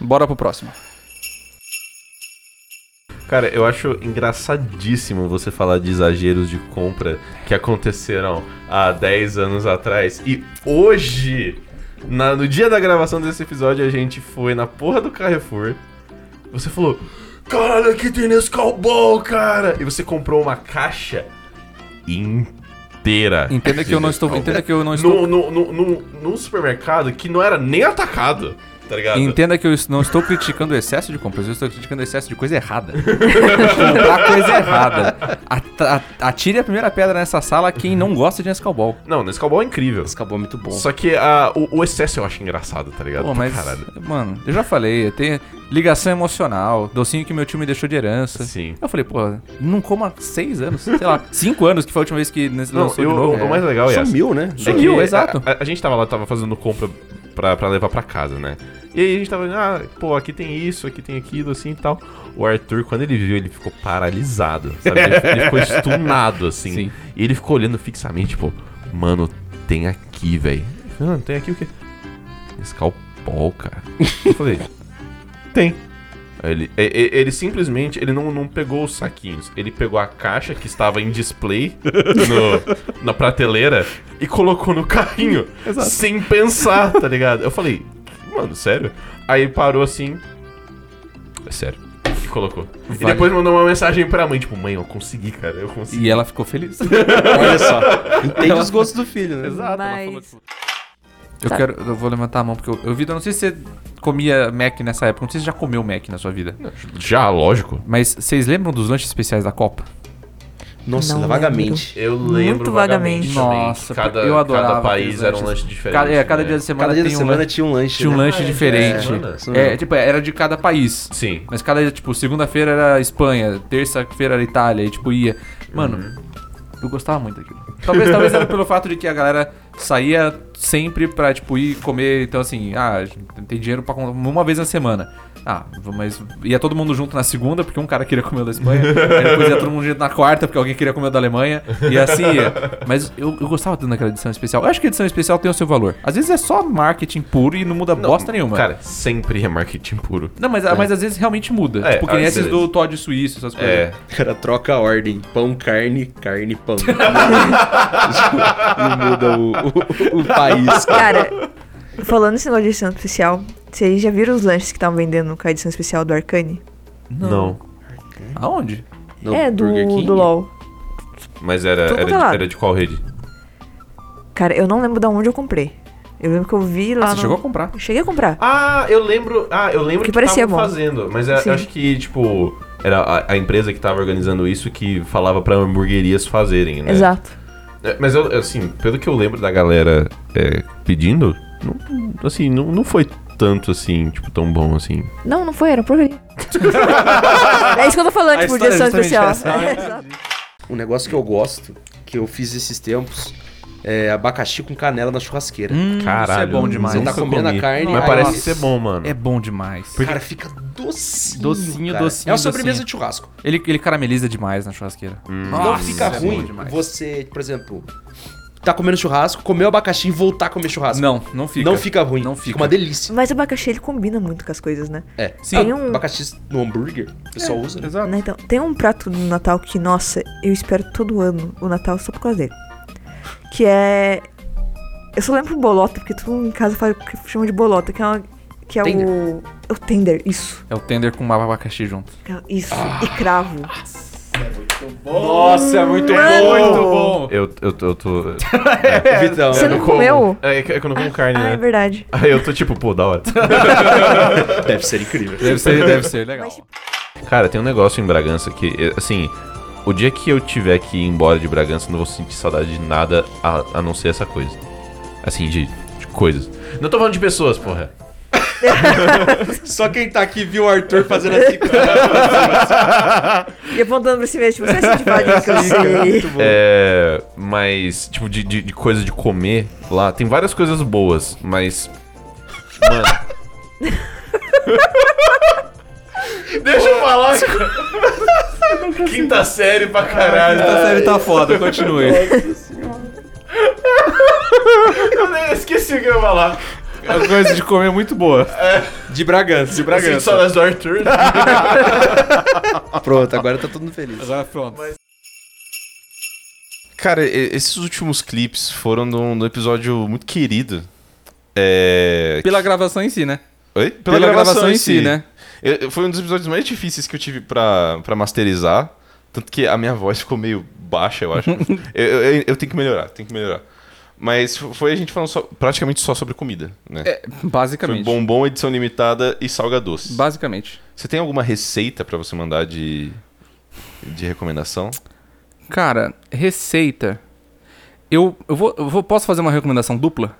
Bora pro próximo. Cara, eu acho engraçadíssimo você falar de exageros de compra que aconteceram há 10 anos atrás. E hoje, na- no dia da gravação desse episódio, a gente foi na porra do Carrefour. Você falou: Caralho, aqui tem Nescau Ball, cara! E você comprou uma caixa inteira. Entenda que eu não estou. Entenda que eu não estou. Num, num, num, num- num supermercado que não era nem atacado, tá ligado? Entenda que eu es- não estou criticando o excesso de compras, eu estou criticando o excesso de coisa errada. Comprar coisa errada. At- a- Atire a primeira pedra nessa sala quem não gosta de Nescau Ball. Não, Nescau Ball é incrível. Escapou muito bom. Só que ah, o, o excesso eu acho engraçado, tá ligado? Pô, Pra mas. Caralho. Mano, eu já falei, tem ligação emocional, docinho que meu tio me deixou de herança. Sim. Eu falei, pô, não como há seis anos, sei lá, cinco anos, que foi a última vez que nes- Não, lançou eu- de novo. o mais legal é essa. Sumiu, né? É Sumiu, que exato. A, a- a gente tava lá, tava fazendo compra pra, pra levar pra casa, né? E aí a gente tava, ah, pô, aqui tem isso, aqui tem aquilo, assim e tal. O Arthur, quando ele viu, ele ficou paralisado, sabe? Ele, ele ficou estunado, assim. Sim. E ele ficou olhando fixamente, tipo, mano, tem aqui, velho. Mano, tem aqui o quê? Scalpol, cara. Eu falei, tem. Aí Ele, e- e- ele simplesmente ele não, não pegou os saquinhos, ele pegou a caixa que estava em display no- na prateleira e colocou no carrinho, sem pensar, tá ligado? Eu falei, mano, sério? Aí ele parou assim, é sério, e colocou. E Vale. depois mandou uma mensagem pra mãe, tipo, mãe, eu consegui, cara, eu consegui. E ela ficou feliz. *laughs* Olha só. Entende os gostos do filho, né? Exato, ela falou, Mas- tipo, Eu quero. Eu vou levantar a mão, porque eu, eu vi, eu não sei se você comia Mac nessa época, não sei se você já comeu Mac na sua vida. já, lógico. Mas vocês lembram dos lanches especiais da Copa? Nossa, Não vagamente. Eu lembro vagamente vagamente. também que Nossa, cada, eu adorava Cada país aqueles era um lanches. lanche diferente. Cada, é, cada né? dia da semana Cada dia da tem um semana lanche- tinha né? um lanche. tinha um né? lanche Ah, é, diferente. semana? É, tipo, era de cada país. Sim. Mas cada dia, tipo, segunda-feira era Espanha, terça-feira era Itália, e tipo, ia. Mano, eu gostava muito daquilo. Talvez, talvez era pelo fato de que a galera saía sempre pra, tipo, ir comer, então assim, ah, tem dinheiro pra comprar uma vez na semana. Ah, mas ia todo mundo junto na segunda, porque um cara queria comer o da Espanha, aí depois ia todo mundo junto na quarta, porque alguém queria comer o da Alemanha, e assim ia. Mas eu, eu gostava tanto daquela edição especial. Eu acho que a edição especial tem o seu valor. Às vezes é só marketing puro e não muda bosta nenhuma. Cara, sempre é marketing puro. Não, mas, mas às vezes realmente muda. É, tipo, que nem às esses vezes. do Todd Suíço, essas coisas. É. O cara troca a ordem. Pão, carne, carne, pão. *laughs* Não muda o, o- o país. Cara, falando esse negócio de edição especial, vocês já viram os lanches que estavam vendendo com a edição especial do Arcane? Não. Aonde? No é, do, Burger King? do LOL. Mas era, Tudo era, de, quanto é lado. era de qual rede? Cara, eu não lembro de onde eu comprei. Eu lembro que eu vi lá Ah, você no... chegou a comprar. Eu Cheguei a comprar. Ah, eu lembro. Ah, eu lembro Que parecia tavam bom. fazendo. Mas era- Sim. eu acho que, tipo, era a, a empresa que tava organizando isso que falava pra hamburguerias Ah, fazerem, né? Exato. É, Mas eu, assim, pelo que eu lembro da galera é, pedindo, não- assim, não, não foi tanto assim, tipo, tão bom assim. Hum. Não, não foi, era *laughs* porcaria. é isso que eu tô falando, A tipo, história é de edição especial. justamente essa. né? É, exato. Um negócio que eu gosto, que eu fiz esses tempos, é abacaxi com canela na churrasqueira. Caralho. Isso é bom demais. Você tá nunca comendo a comi. carne, Mas aí- parece ser bom, mano. É bom demais. Cara, fica docinho. Docinho, cara. docinho, É uma sobremesa docinho. de churrasco. Ele, ele carameliza demais na churrasqueira. não fica isso é bom ruim demais. você, por exemplo, tá comendo churrasco, comer o abacaxi e voltar a comer churrasco. Não, não fica. Não fica ruim. Não fica. uma delícia. *laughs* Mas o abacaxi, ele combina muito com as coisas, né? É. Sim. Tem um- Abacaxi no hambúrguer, o pessoal usa. né? Exato. Né, Então, tem um prato no Natal que, nossa, eu espero todo ano o Natal só por causa dele. Que é. Eu só lembro bolota, porque todo mundo em casa fala que chama de bolota, que é, uma, que é Tender. o. É o tender, isso. É o tender com abacaxi junto. É Isso. E cravo. Nossa, é muito Mano! Eu, eu, eu *laughs* tô. é, Ô, Vitão, Você eu não como. comeu? É, é que eu não como carne, Ah, é né? verdade. Aí eu tô tipo, pô, da *laughs* hora. deve ser incrível. Deve ser, deve ser, legal. Mas, tipo, Cara, tem um negócio em Bragança que, eh, assim, o dia que eu tiver que ir embora de Bragança, eu não vou sentir saudade de nada a, a não ser essa coisa. Assim, de, de coisas. Não tô falando de pessoas, porra. *laughs* Só quem tá aqui viu o Arthur fazendo assim. E apontando pra si mesmo, tipo, você é de que eu sei. É. Mas, tipo, de, de, de coisa de comer lá. Tem várias coisas boas, mas. Mano. *laughs* Deixa eu falar, cara. Quinta série pra caralho. Essa série tá foda, *laughs* continue. Eu nem esqueci o que eu ia falar. A coisa de comer é muito boa. De Bragança, de Bragança. Sinto saudades do Arthur. Pronto, agora tá todo mundo feliz. Agora pronto. Cara, e- esses últimos clipes foram de um, de um episódio muito querido. É. Pela gravação em si, né? Oi? Pela, gravação, em si, né? Eu- eu- foi um dos episódios mais difíceis que eu tive pra, pra masterizar. Tanto que a minha voz ficou meio baixa, eu *laughs* acho. eu, eu- eu- eu tenho que melhorar, tenho que melhorar. Mas f- foi a gente falando só- praticamente só sobre comida, né? É, Foi basicamente. bombom, edição limitada e salga doce. Basicamente. Você tem alguma receita pra você mandar de, de recomendação? Cara, receita. Eu, eu, vou, eu vou- posso fazer uma recomendação dupla?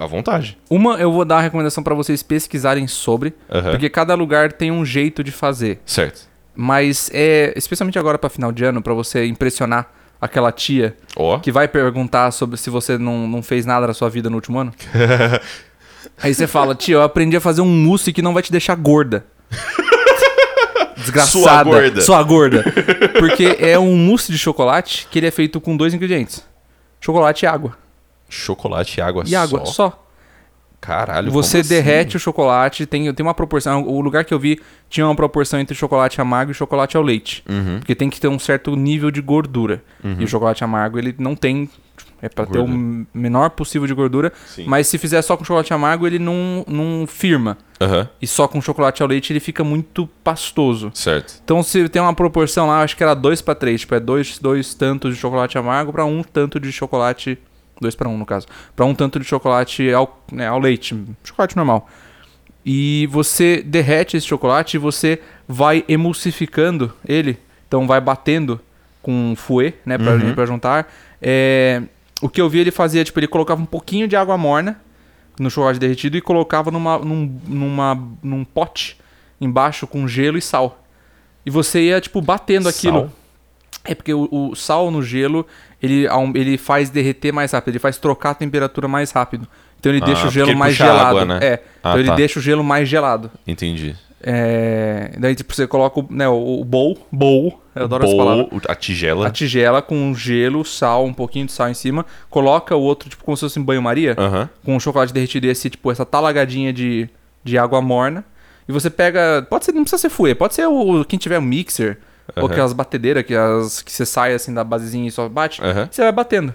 À vontade. Uma eu vou dar a recomendação pra vocês pesquisarem sobre, Aham. porque cada lugar tem um jeito de fazer. Certo. Mas é especialmente agora pra final de ano, pra você impressionar aquela tia Ó. que vai perguntar sobre se você não, não fez nada na sua vida no *laughs* último ano. Aí você fala, tia, eu aprendi a fazer um mousse que não vai te deixar *laughs* gorda. Desgraçada. Sua gorda. Sua gorda. Porque é um mousse de chocolate que ele é feito com dois ingredientes. Chocolate e água. Chocolate e água E água, só. assim? só. Caralho, Você como assim? derrete o chocolate, tem, tem uma proporção. O lugar que eu vi tinha uma proporção entre chocolate amargo e chocolate ao leite. Uhum. Porque tem que ter um certo nível de gordura. E o chocolate amargo, ele não tem. É pra ter o menor possível de gordura. Sim. Mas se fizer só com chocolate amargo, ele não, não firma. assim? Aham, E só com chocolate ao leite, ele fica muito pastoso. certo. Então se tem uma proporção lá, acho que era 2 para 3, tipo, é dois, dois tantos de chocolate amargo para um tanto de chocolate, dois para um no caso, para um tanto de chocolate ao, né, ao leite, chocolate normal. E você derrete esse chocolate e você vai emulsificando ele, então vai batendo com fouet, né, para Uhum. juntar. É, o que eu vi ele fazia, tipo, ele colocava um pouquinho de água morna no chocolate derretido e colocava numa, num, numa, num pote embaixo com gelo e sal. E você ia, tipo, batendo aquilo. É porque o, o sal no gelo, ele, aum- ele faz derreter mais rápido, ele faz trocar a temperatura mais rápido. Então ele Ah, deixa o porque gelo ele mais puxa a gelado. água, né? É. Ah, então ele tá. deixa o gelo mais gelado. Entendi. É, Daí, tipo, você coloca o, né, o, o bowl. Bowl. Eu adoro essa palavra. Ou a tigela. A tigela com gelo, sal, um pouquinho de sal em cima. Coloca o outro, tipo, como se fosse um banho-maria Aham. com o chocolate derretido e esse, tipo, essa talagadinha de, de água morna. E você pega. Pode ser, não precisa ser fouet, pode ser o quem tiver um mixer, ou aquelas batedeiras que, as, que você sai assim da basezinha e só bate. Aham. Você vai batendo.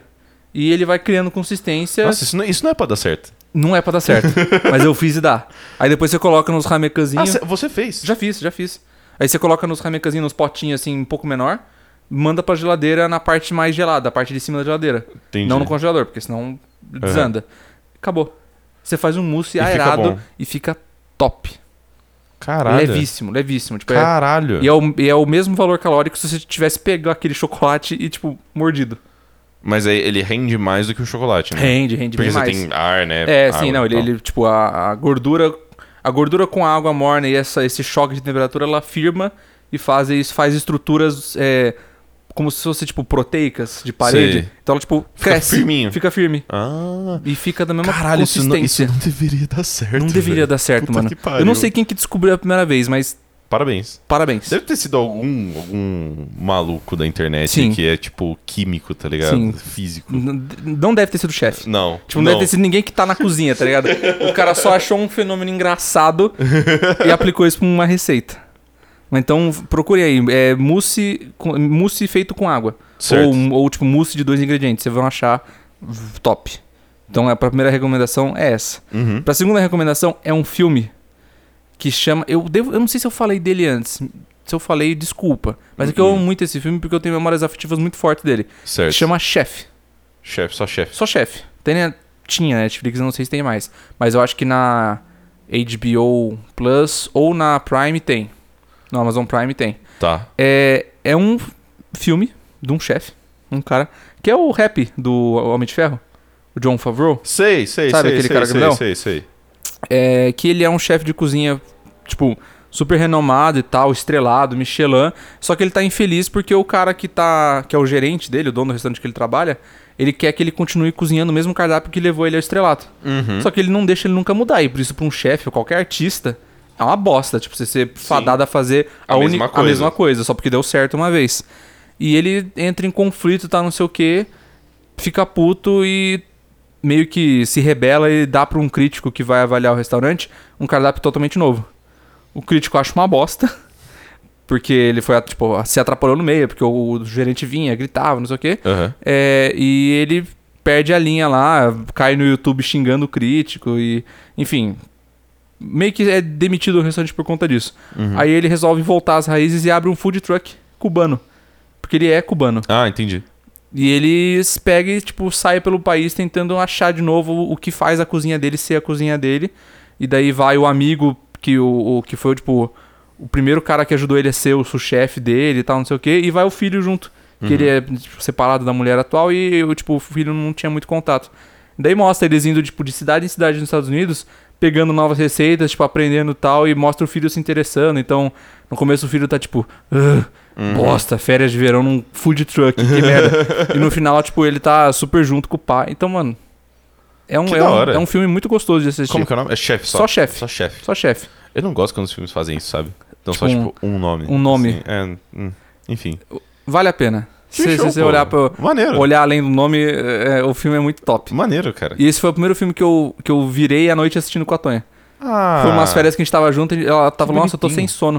E ele vai criando consistência. Nossa, isso não, isso não é pra dar certo. Não é pra *laughs* dar certo. mas eu fiz e dá. Aí depois você coloca nos Ah, ramecanzinhos. cê- você fez? Já fiz, já fiz. Aí você coloca nos ramecanzinhos, nos potinhos assim, um pouco menor. Manda pra geladeira na parte mais gelada, a parte de cima da geladeira. Entendi. Não no congelador, porque senão desanda. Acabou. Você faz um mousse E fica aerado bom. e fica top. Caralho. Levíssimo, levíssimo. Tipo, é- Caralho. e, é o, e é o mesmo valor calórico se você tivesse pegado aquele chocolate e, tipo, mordido. Mas aí ele rende mais do que o chocolate, né? Rende, rende Porque bem você mais. tem ar, né? É, água sim, não. e Ele, tal. ele, tipo, a, a gordura. A gordura com a água morna e essa, esse choque de temperatura, ela firma e faz, isso- faz estruturas é, como se fosse, tipo, proteicas de parede. Sei. Então ela, tipo, cresce. firminho. Fica firme. Ah. E fica da mesma Caralho, isso não, consistência. isso não deveria dar certo. Não deveria velho. dar certo, Puta mano. que pariu. Eu não sei quem que descobriu a primeira vez, mas Parabéns. parabéns. Deve ter sido algum, algum maluco da internet Sim. que é, tipo, químico, tá ligado? Sim. Físico. N- Não deve ter sido o chefe. Não. é Tipo, não, deve ter sido ninguém que tá na cozinha, tá ligado? O cara só achou um fenômeno engraçado e aplicou isso pra uma receita. Mas Então, procure aí. É mousse, com- mousse feito com água. Certo. Ou, ou, tipo, mousse de dois ingredientes. Vocês vão achar v- top. Então, a primeira recomendação é essa. Uhum. Pra segunda recomendação, é um filme que chama... Eu, devo, eu não sei se eu falei dele antes. Se eu falei, desculpa. Mas é que eu amo muito esse filme porque eu tenho memórias afetivas muito fortes dele. Uhum. Certo. Chama Chefe. Chefe, só chefe. Só chefe. Tem, né? Tinha né, Netflix, eu não sei se tem mais. Mas eu acho que na HBO Plus ou na Prime tem. No Amazon Prime tem. Tá. É, é um filme de um chefe, um cara, que é o rap do Homem de Ferro, o John Favreau, Sei, sei, Sabe sei, aquele sei, cara grandão? sei, sei, sei. é, que ele é um chefe de cozinha, tipo, super renomado e tal, estrelado, Michelin, só que ele tá infeliz porque o cara que tá, que é o gerente dele, o dono do restaurante que ele trabalha, ele quer que ele continue cozinhando o mesmo cardápio que levou ele ao estrelato. Uhum. Só que ele não deixa ele nunca mudar, e por isso pra um chefe ou qualquer artista, é uma bosta, tipo, você ser fadado a fazer a, A uni- mesma a coisa. mesma coisa, só porque deu certo uma vez. E ele entra em conflito, tá não sei o que, fica puto e meio que se rebela e dá pra um crítico que vai avaliar o restaurante um cardápio totalmente novo. O crítico acha uma bosta, *laughs* porque ele foi, tipo, se atrapalhou no meio, porque o gerente vinha, gritava, não sei o quê. Aham. É, e ele perde a linha lá, cai no YouTube xingando o crítico e. Enfim. Meio que é demitido o restaurante por conta disso. Aí ele resolve voltar às raízes e abre um food truck cubano. Porque ele é cubano. Ah, entendi. E ele pega e, tipo, sai pelo país tentando achar de novo o que faz a cozinha dele ser a cozinha dele. E daí vai o amigo que, o, o- que foi, tipo, o primeiro cara que ajudou ele a ser o chefe dele e tal, não sei o quê. E vai o filho junto. Que ele é tipo, separado da mulher atual e, eu, tipo, o filho não tinha muito contato. Daí mostra eles indo, tipo, de cidade em cidade nos Estados Unidos, pegando novas receitas, tipo, aprendendo e tal, e mostra o filho se interessando. Então, no começo o filho tá, tipo, "Ugh, Uhum. bosta, férias de verão num food truck, *laughs* que merda. e no final, tipo, ele tá super junto com o pai. Então, mano, é um, Que é da um, hora. é um filme muito gostoso de assistir. Como que é o nome? É chefe só. Só chefe. Só chefe. Só chefe. Eu não gosto quando os filmes fazem isso, sabe? Então só, Tipo, tipo, um nome. um nome. assim. É, hum. enfim. Vale a pena. Se se show, você pô. olhar pra, Maneiro. olhar além do nome, é, o filme é muito top. Maneiro, cara. E esse foi o primeiro filme que eu, que eu virei à noite assistindo com a Tonha. Ah, Foi umas férias que a gente tava junto e ela tava, Que nossa, eu tô sem bonitinho. sono.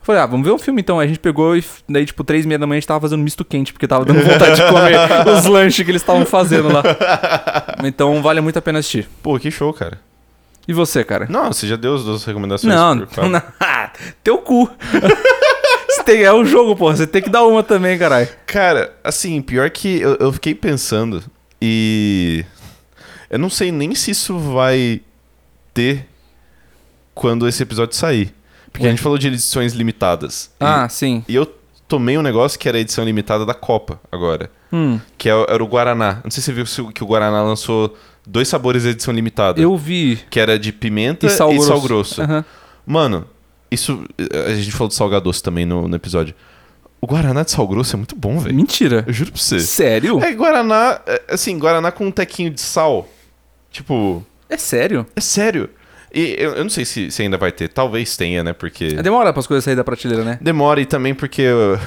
Eu falei, ah, vamos ver um filme então. Aí a gente pegou e f- daí, tipo, três e meia da manhã a gente tava fazendo misto quente, porque tava dando vontade de comer os lanches que eles estavam fazendo lá. Então vale muito a pena assistir. Pô, que show, cara. E você, cara? Não, você já deu as duas recomendações. Não, por favor. *laughs* não. Ah, teu cu. *laughs* Você tem- é um jogo, porra. Você tem que dar uma também, caralho. Cara, assim, pior que eu, eu fiquei pensando e. Eu não sei nem se isso vai ter quando esse episódio sair. Porque a gente falou de edições limitadas. E- Ah, sim. E, eu tomei um negócio que era a edição limitada da Copa agora. Hum. Que é o- era o Guaraná. Não sei se você viu se o- que o Guaraná lançou dois sabores de edição limitada. Eu vi. Que era de pimenta E e sal sal É, grosso. grosso. É. Aham. Mano, isso. A gente falou de sal doce também no, no episódio. O Guaraná de sal grosso é muito bom, velho. Mentira. Eu juro pra você. Sério? É Guaraná, é, assim, Guaraná com um tequinho de sal. Tipo, É sério? é sério. E eu, eu não sei se, se ainda vai ter. Talvez tenha, né? Porque. Demora pras coisas saírem da prateleira, né? Demora e também porque uh,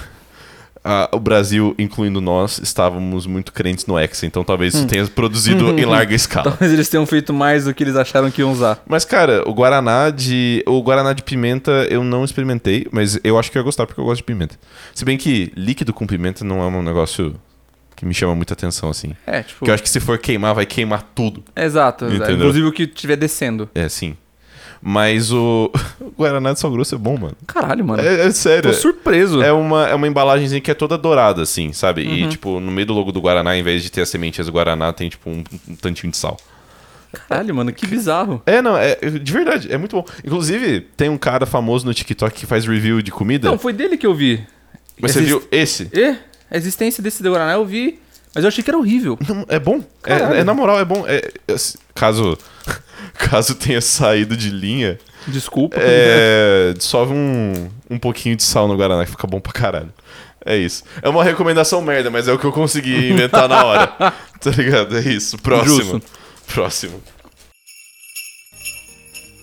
a- o Brasil, incluindo nós, estávamos muito crentes no Hexa. Então talvez isso tenha produzido em larga escala. Talvez eles tenham feito mais do que eles acharam que iam usar. Mas, cara, o Guaraná de. O Guaraná de pimenta eu não experimentei, mas eu acho que eu ia gostar porque eu gosto de pimenta. Se bem que líquido com pimenta não é um negócio que me chama muita atenção, assim. É, tipo. Porque eu acho que se for queimar, vai queimar tudo. Exato. exato. Entendeu? Inclusive o que estiver descendo. É, sim. Mas o. *laughs* o Guaraná de Sal Grosso é bom, mano. Caralho, mano. É, é sério. Tô surpreso. É uma, é uma embalagenzinha que é toda dourada, assim, sabe? E, tipo, no meio do logo do Guaraná, em vez de ter as sementes do Guaraná, tem, tipo, um, um tantinho de sal. Caralho, mano, que bizarro. É, não, é, de verdade, é muito bom. Inclusive, tem um cara famoso no TikTok que faz review de comida. Não, foi dele que eu vi. mas você viu esse? E a existência desse de Guaraná eu vi, mas eu achei que *laughs* era horrível. Não, é bom. É, é, na moral, é bom. É- é- caso, *laughs* caso tenha saído de linha, Desculpa. é, dissolve um, um pouquinho de sal no Guaraná, que fica bom pra caralho. É isso. É uma recomendação merda, mas é o que eu consegui inventar na hora. Tá ligado? É isso. Próximo. Próximo.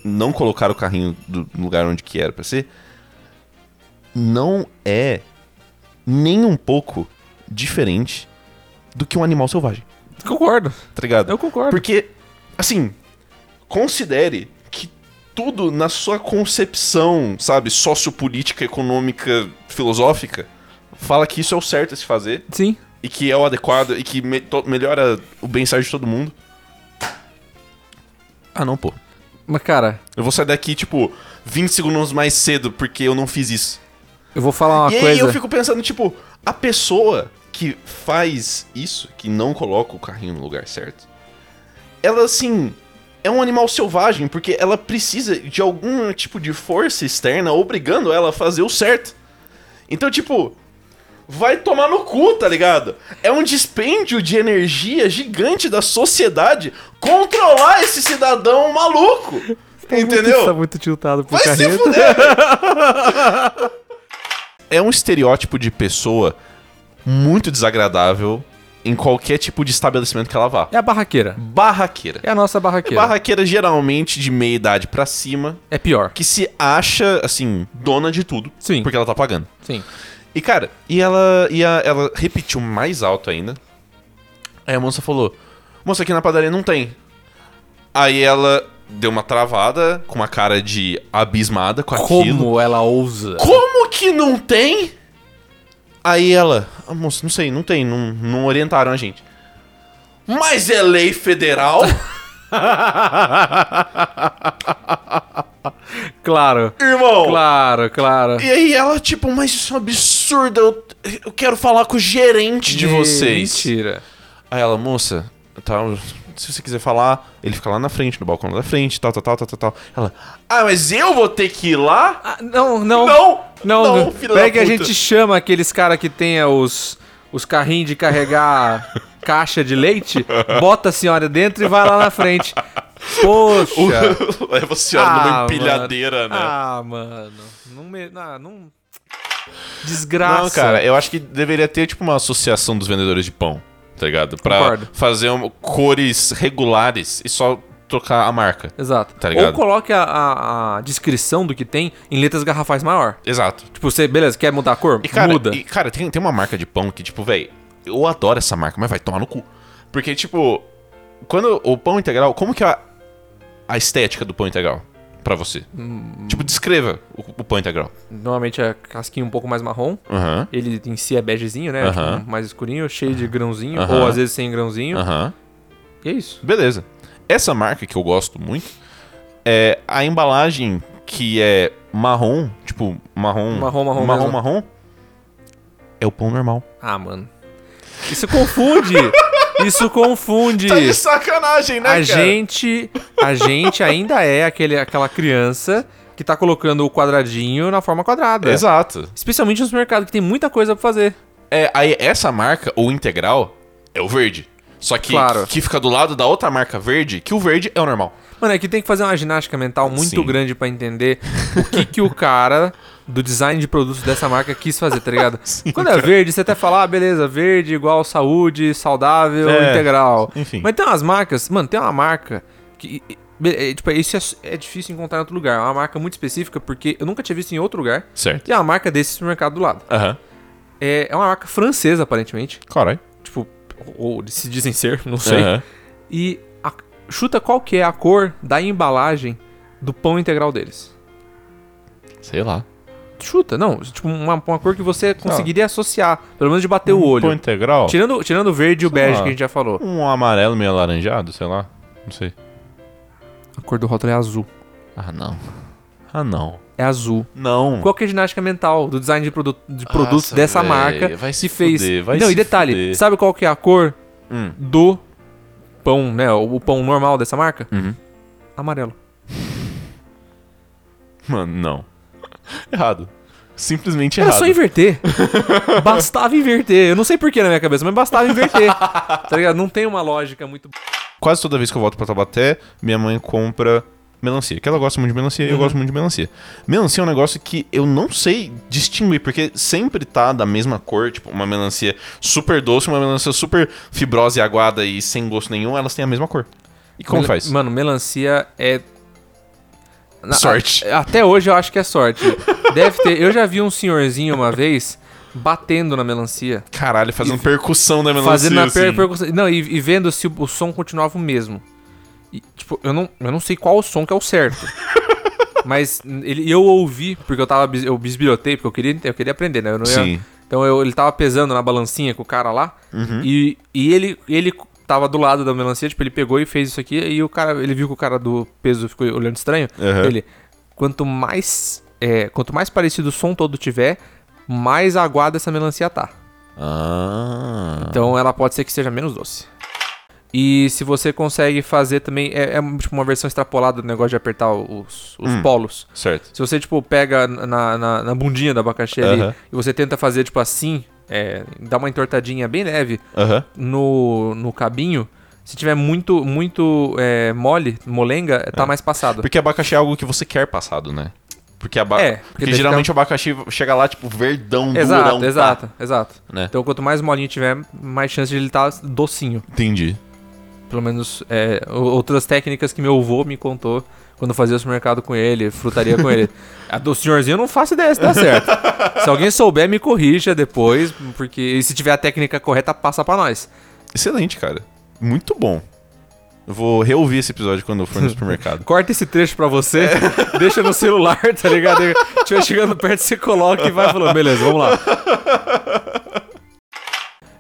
Não colocar o carrinho do no lugar onde que era pra ser não é nem um pouco diferente do que um animal selvagem. Concordo. Tá ligado? Eu concordo. Porque, assim, considere que tudo na sua concepção, sabe, sociopolítica, econômica, filosófica, fala que isso é o certo a se fazer Sim. e que é o adequado e que me- to- melhora o bem-estar de todo mundo. Ah, não, pô. Mas, cara, Eu vou sair daqui, tipo, 20 segundos mais cedo porque eu não fiz isso. eu vou falar uma e aí coisa. eu fico pensando, tipo, a pessoa que faz isso, que não coloca o carrinho no lugar certo, ela assim. É um animal selvagem, porque ela precisa de algum tipo de força externa obrigando ela a fazer o certo. Então, tipo, vai tomar no cu, tá ligado? É um dispêndio de energia gigante da sociedade controlar esse cidadão maluco. Entendeu? Tá muito tiltado pro Vai se carreto. fuder! *laughs* é um estereótipo de pessoa muito desagradável em qualquer tipo de estabelecimento que ela vá. É a barraqueira. Barraqueira. É a nossa barraqueira. Barraqueira geralmente de meia idade pra cima, É pior. que se acha, assim, dona de tudo. Sim. Porque ela tá pagando. Sim. E, cara, e ela, e a- ela repetiu mais alto ainda. Aí a moça falou: Moça, aqui na padaria não tem. Aí ela deu uma travada, com uma cara de abismada com aquilo. Como ela ousa. Como que não tem? Aí ela, ah, moça, não sei, não tem, não, não orientaram a gente. Mas é lei *laughs* federal? Claro. Irmão! Claro, claro. E aí ela, tipo, mas isso é um absurdo, eu, eu quero falar com o gerente de Me- vocês. Mentira. Aí ela, moça, tal, se você quiser falar, ele fica lá na frente, no balcão lá da frente, tal, tal, tal, tal, tal, tal. Ela, ah, mas eu vou ter que ir lá? Ah, não, não. Não! Não, não. filha Pega da que a puta. *laughs* gente chama aqueles cara que tem os, os carrinhos *laughs* de carregar caixa de leite, bota a senhora dentro e vai lá na frente. né? Poxa. Leva a senhora Ah, numa empilhadeira, né? Ah, mano. Não me... ah, não... Desgraça. Não, cara, eu acho que deveria ter, tipo, uma associação dos vendedores de pão, tá ligado? Pra Concordo. fazer um- cores regulares e só trocar a marca. Exato. Tá ligado? Ou coloque a, a- a descrição do que tem em letras garrafais maior. Exato. Tipo, você, beleza, quer mudar a cor? E cara, Muda. e, cara tem, tem uma marca de pão que, tipo, velho, eu adoro essa marca, mas vai tomar no cu. Porque, tipo, quando o pão integral, como que é a, a estética do pão integral pra você? Tipo, descreva o, o pão integral. Normalmente é casquinho um pouco mais marrom. Aham. Ele em si é begezinho, né? Aham. Tipo, mais escurinho, cheio de grãozinho. Aham. Ou às vezes sem grãozinho. Aham. E é isso. Beleza. Essa marca que eu gosto muito é a embalagem que é marrom, tipo, marrom. Marrom, marrom Marrom, mesmo. marrom. É o pão normal. Ah, mano. Isso *laughs* confunde! Isso confunde! Tá sacanagem, a gente. A gente ainda é aquele, aquela criança que tá colocando o quadradinho na forma quadrada. Exato. Especialmente no supermercado, que tem muita coisa pra fazer. É, aí essa marca, ou integral, é o verde. Só que, Claro. que fica do lado da outra marca verde, que o verde é o normal. Mano, é que tem que fazer uma ginástica mental muito Sim. grande pra entender o que, que o cara do design de produtos dessa marca quis fazer, *laughs* tá ligado? Quando é verde, você até fala, ah, beleza, verde igual saúde, saudável, É, integral. enfim. Mas tem umas marcas, mano, tem uma marca que. be- é, tipo, isso é, é difícil encontrar em outro lugar. É uma marca muito específica, porque eu nunca tinha visto em outro lugar. Certo. E é uma marca desse supermercado do lado. Aham. É, é uma marca francesa, aparentemente. Caralho. Tipo, ou ou se dizem ser, *laughs* não sei Aham. e a- chuta qual que é a cor da embalagem do pão integral deles. Sei lá. Chuta, não. Tipo, uma, uma cor que você conseguiria associar, pelo menos de bater o olho. Tá. Um Pão integral? Tirando, tirando o verde e o Sei bege lá. que a gente já falou. Um amarelo meio alaranjado, sei lá. Não sei. A cor do rótulo é azul. Ah, não. Ah, não. É azul. Não. Qual que é a ginástica mental do design de, produto, de produtos Nossa, dessa véi, marca vai se que fez? fuder, vai não, se e detalhe, fuder. sabe qual que é a cor Hum. do pão, né? O, o pão normal dessa marca? Uhum. Amarelo. Mano, não. Errado. Simplesmente Era errado. só inverter. *laughs* bastava inverter. Eu não sei porquê na minha cabeça, mas bastava *laughs* inverter. tá ligado? Não tem uma lógica muito. Quase toda vez que eu volto pra Taubaté, minha mãe compra melancia. Que ela gosta muito de melancia Uhum. e eu gosto muito de melancia. Melancia é um negócio que eu não sei distinguir, porque sempre tá da mesma cor, tipo, uma melancia super doce, uma melancia super fibrosa e aguada e sem gosto nenhum, elas têm a mesma cor. E como Mel- faz? Mano, melancia é. Na- Sorte. a- até hoje eu acho que é sorte. Deve ter. Eu já vi um senhorzinho uma vez batendo na melancia. Caralho, fazendo percussão da melancia. fazendo a assim. per percussão. Não, e, e vendo se o, o som continuava o mesmo. E, tipo, eu não, eu não sei qual o som que é o certo. Mas n- ele, eu ouvi, porque eu tava. bis- Eu bisbilhotei, porque eu queria, eu queria aprender, né? Eu não ia- Sim. então eu- ele tava pesando na balancinha com o cara lá. E, e ele, ele tava do lado da melancia, tipo, ele pegou e fez isso aqui. E o cara, ele viu que o cara do peso ficou olhando estranho. Aham. Ele, quanto mais. é, quanto mais parecido o som todo tiver, mais aguada essa melancia tá. Ah. Então ela pode ser que seja menos doce. E se você consegue fazer também. É, é, tipo uma versão extrapolada do negócio de apertar os, os Hum. polos. Certo. Se você, tipo, pega na, na, na bundinha do abacaxi ali Aham. e você tenta fazer, tipo, assim, é, dá uma entortadinha bem leve Aham. no, no cabinho. Se tiver muito, muito é, mole, molenga, tá mais passado. Porque abacaxi é algo que você quer passado, né? Porque, aba... É, porque porque, daí geralmente o abacaxi chega lá, tipo, verdão, Exato, durão. pá. exato, exato. um Né? Então quanto mais molinho tiver, mais chance de ele estar docinho. Entendi. Pelo menos é, o- outras técnicas que meu avô me contou quando eu fazia supermercado com ele, frutaria com ele. *laughs* A do senhorzinho eu não faço ideia se dá *laughs* certo. se alguém souber, me corrija depois, porque e se tiver a técnica correta, passa pra nós. Excelente, cara. Muito bom. Eu vou reouvir esse episódio quando eu for no *laughs* supermercado. Corta esse trecho pra você, *laughs* deixa no celular, tá ligado? Tiver chegando perto, você coloca e vai falando, beleza, vamos lá.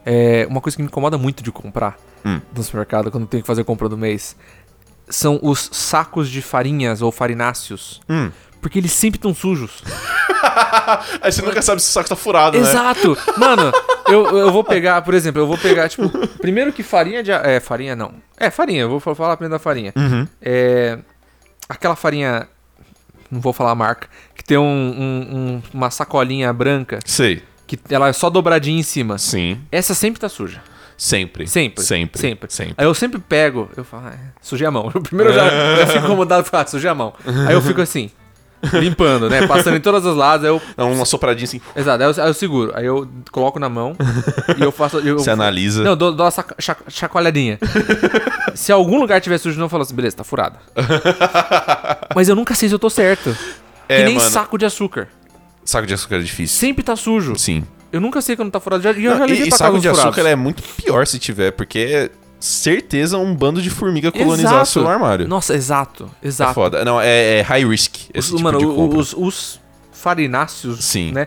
É, uma coisa que me incomoda muito de comprar no supermercado, quando tenho que fazer compra do mês, são os sacos de farinhas ou farináceos. Porque eles sempre estão sujos. Aí você nunca sabe se o saco tá furado, né? Exato! Mano, eu, eu vou pegar, por exemplo, eu vou pegar, tipo, primeiro que farinha de. a- É, farinha não. É, farinha, eu vou fa- falar primeiro da farinha. É. Aquela farinha. Não vou falar a marca. Que tem um- um- um- uma sacolinha branca. Sei. Que ela é só dobradinha em cima. Sim. Essa sempre tá suja. Sempre. Sempre. Sempre. Sempre. Sempre. Aí eu sempre *laughs* pego, eu falo, ah, é, sujei a mão. Primeiro eu já, já fico incomodado, falo, ah, sujei a mão. Aí eu fico assim, Limpando, né? Passando em todas as lados, aí eu. Dá uma sopradinha assim, Exato, aí eu, aí eu seguro. Aí eu coloco na mão e eu faço. *laughs* Eu, você analisa. Não, eu dou, dou uma saca- cha- chacoalhadinha. *laughs* se algum lugar tiver sujo, não, eu falo assim, beleza, tá furada. Mas eu nunca sei se eu tô certo. que nem É, mano. saco de açúcar. Saco de açúcar é difícil. Sempre tá sujo. Sim. Eu nunca sei quando tá furado. Já, eu já Não, levei e e pra casa saco uns de açúcar furados. é muito pior se tiver, porque é certeza um bando de formiga colonizar Exato. seu armário. Nossa, exato, é exato. foda. Não, é, é high risk esse os, tipo mano, de o- compra. os, os farináceos, Sim. né?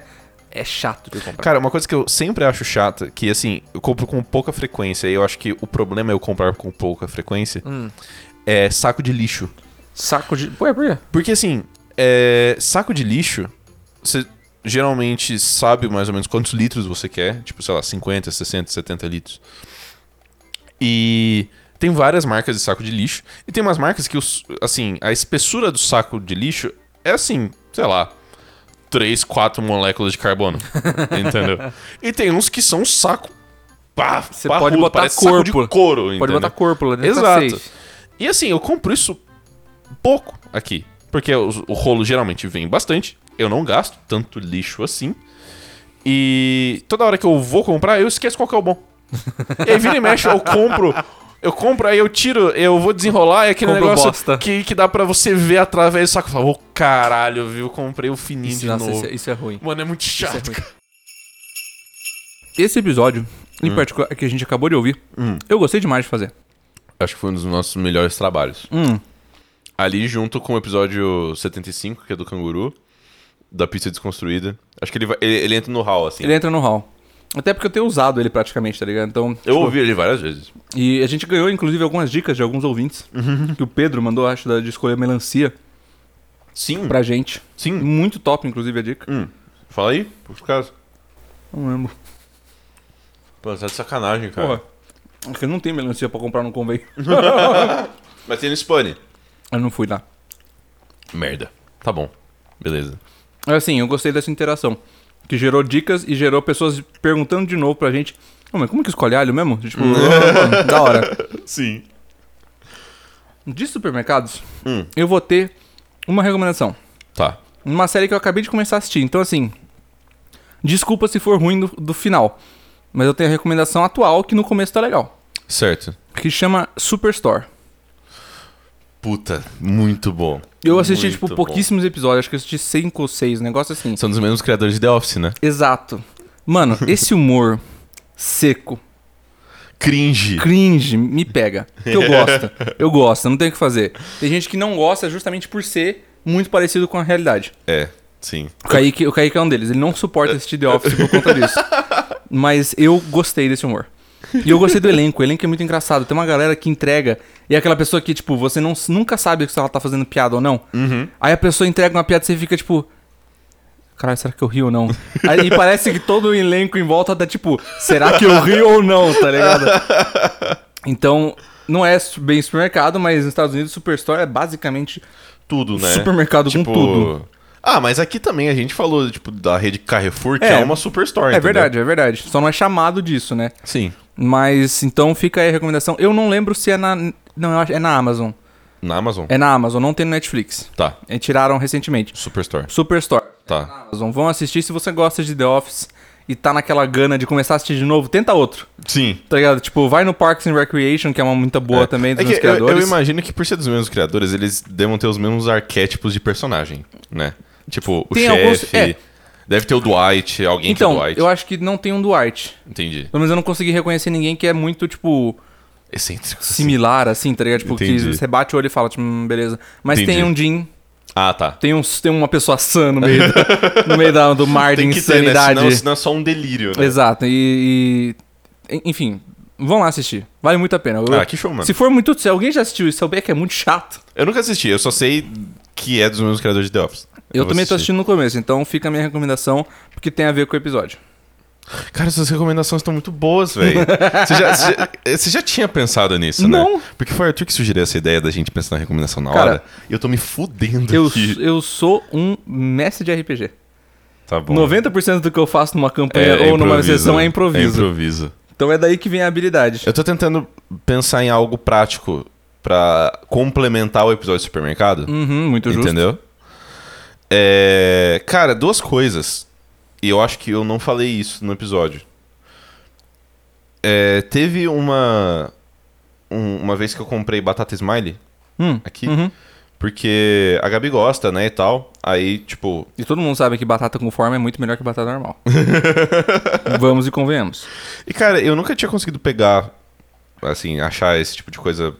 É chato de comprar. Cara, uma coisa que eu sempre acho chata, que assim, eu compro com pouca frequência, e eu acho que o problema é eu comprar com pouca frequência, Hum. é saco de lixo. Saco de. Ué, por quê? Porque assim, é, saco de lixo, você geralmente sabe mais ou menos quantos litros você quer, tipo, sei lá, 50, 60, 70 litros. E tem várias marcas de saco de lixo, e tem umas marcas que, os- assim, a espessura do saco de lixo é assim, sei lá, 3, 4 moléculas de *laughs* carbono, entendeu? E tem uns que são um saco pá, Você parrudo, pode botar parece saco de corpo. couro, Pode entendeu? botar corpo lá dentro tá Exato. safe. E assim, eu compro isso pouco aqui. Porque os- o, rolo geralmente vem bastante. Eu não gasto tanto lixo assim. E toda hora que eu vou comprar, eu esqueço qual que é o bom. e aí vira e mexe, eu compro. Eu compro, aí eu tiro, eu vou desenrolar, é aquele Compro negócio bosta. que, que dá pra você ver através do saco. Fala, ô caralho, viu? Comprei o fininho Isso, de nossa, novo. isso, é- isso é ruim. Mano, é muito chato. Isso é ruim. Esse episódio, em Hum. particular, que a gente acabou de ouvir, eu gostei demais de fazer. Acho que foi um dos nossos melhores trabalhos. Hum. Ali junto com o episódio 75, que é do canguru, da pizza desconstruída. Acho que ele, vai- ele, ele entra no hall, assim. Ele é entra no hall. Até porque eu tenho usado ele praticamente, tá ligado? Então. Eu ouvi ele várias vezes. E a gente ganhou, inclusive, algumas dicas de alguns ouvintes. Que o Pedro mandou, acho, da- de escolher melancia Sim, pra gente. sim. Muito top, inclusive, a dica. Fala aí, por causa. Não lembro. Pô, tá de sacanagem, cara. Porra. Porque não tem melancia pra comprar no convênio. Mas tem no Spani. eu não fui lá. Merda. Tá bom. Beleza. Mas, Assim, eu gostei dessa interação. Que gerou dicas e gerou pessoas perguntando de novo pra gente. "Ô, mas como que escolhe alho mesmo? Tipo, "Ô, mano, da hora. Sim. De supermercados, eu vou ter uma recomendação. Tá. Uma série que eu acabei de começar a assistir. Então, assim, desculpa se for ruim do, do final. Mas eu tenho a recomendação atual que no começo tá legal. Certo. Que chama Superstore. Puta, muito bom. Eu assisti, Muito tipo, bom. pouquíssimos episódios. Acho que eu assisti cinco ou seis, um negócio assim. São dos mesmos criadores de The Office, né? Exato. *laughs* Mano, esse humor seco, Cringe. cringe, me pega. Eu *laughs* gosto. Eu gosto, não tem o que fazer. Tem gente que não gosta justamente por ser muito parecido com a realidade. É, sim. O Kaique, o Kaique é um deles. Ele não suporta assistir The Office por conta disso. Mas eu gostei desse humor. E eu gostei do elenco. O elenco é muito engraçado. Tem uma galera que entrega. E é aquela pessoa que, tipo, você não, nunca sabe se ela tá fazendo piada ou não. Aí a pessoa entrega uma piada e você fica, tipo. Caralho, será que eu rio ou não? Aí parece que todo o elenco em volta tá tipo, será que eu rio ou não, tá ligado? Então, não é su- bem supermercado, mas nos Estados Unidos, Superstore é basicamente Tudo, né? supermercado com tudo. Ah, mas aqui também a gente falou, tipo, da rede Carrefour, que É. é, uma superstore, É entendeu? verdade, é verdade. Só não é chamado disso, né? Sim. Mas então fica aí a recomendação. Eu não lembro se é na. Não, eu acho- é na Amazon. Na Amazon? É na Amazon, não tem no Netflix. Tá. É, tiraram recentemente. Superstore. Superstore. Tá. Amazon, vão assistir. Se você gosta de The Office e tá naquela gana de começar a assistir de novo, tenta outro. Sim. Tá ligado? Tipo, vai no Parks and Recreation, que é uma muito boa É. também dos É que meus eu- criadores. Eu, imagino que por ser dos mesmos criadores, eles devam ter os mesmos arquétipos de personagem, né? Tipo, o Tem alguns- chefe. é. Deve ter o Dwight, alguém que é o então, Dwight. eu acho que não tem um Dwight. Entendi. Pelo menos eu não consegui reconhecer ninguém que é muito, tipo, Excêntrico. assim. similar, assim, tá ligado? Tipo, que Entendi. você bate o olho e fala, tipo, hum, beleza. Mas tem Entendi. um Jim, Ah, tá. tem, uns, tem uma pessoa sã no meio, do, no meio da, do mar de Tem que ter, né? insanidade. Senão, senão é só um delírio, né? Exato, e, e- en- Enfim, vão lá assistir. Vale muito a pena. Eu- Ah, que show, mano. se for muito. Se alguém já assistiu e souber que é muito chato, Eu nunca assisti, eu só sei que é dos mesmos criadores de The Office. eu, vou também tô assistindo no começo, então fica a minha recomendação, porque tem a ver com o episódio. Cara, essas recomendações estão muito boas, velho. você, já, você já- eh, você já tinha pensado nisso, Não. né? Porque foi o Arthur que sugeriu essa ideia da gente pensar na recomendação na Cara, hora. E eu tô me fudendo Eu, aqui. eu sou um mestre de RPG. Tá bom. É, 90% do que eu faço numa campanha é, ou numa improviso. sessão é improviso. É improviso. Então é daí que vem a habilidade. Eu tô tentando pensar em algo prático pra complementar o episódio do supermercado. Uhum, muito justo. entendeu? É, cara, duas coisas. E eu acho que eu não falei isso no episódio. É, teve uma. um- uma vez que eu comprei batata smiley Hum, aqui. uhum. Porque a Gabi gosta, né, e tal. Aí, tipo, E todo mundo sabe que batata com forma é muito melhor que batata *laughs* normal. Vamos e convenhamos. E, cara, eu nunca tinha conseguido pegar, assim, achar esse tipo de coisa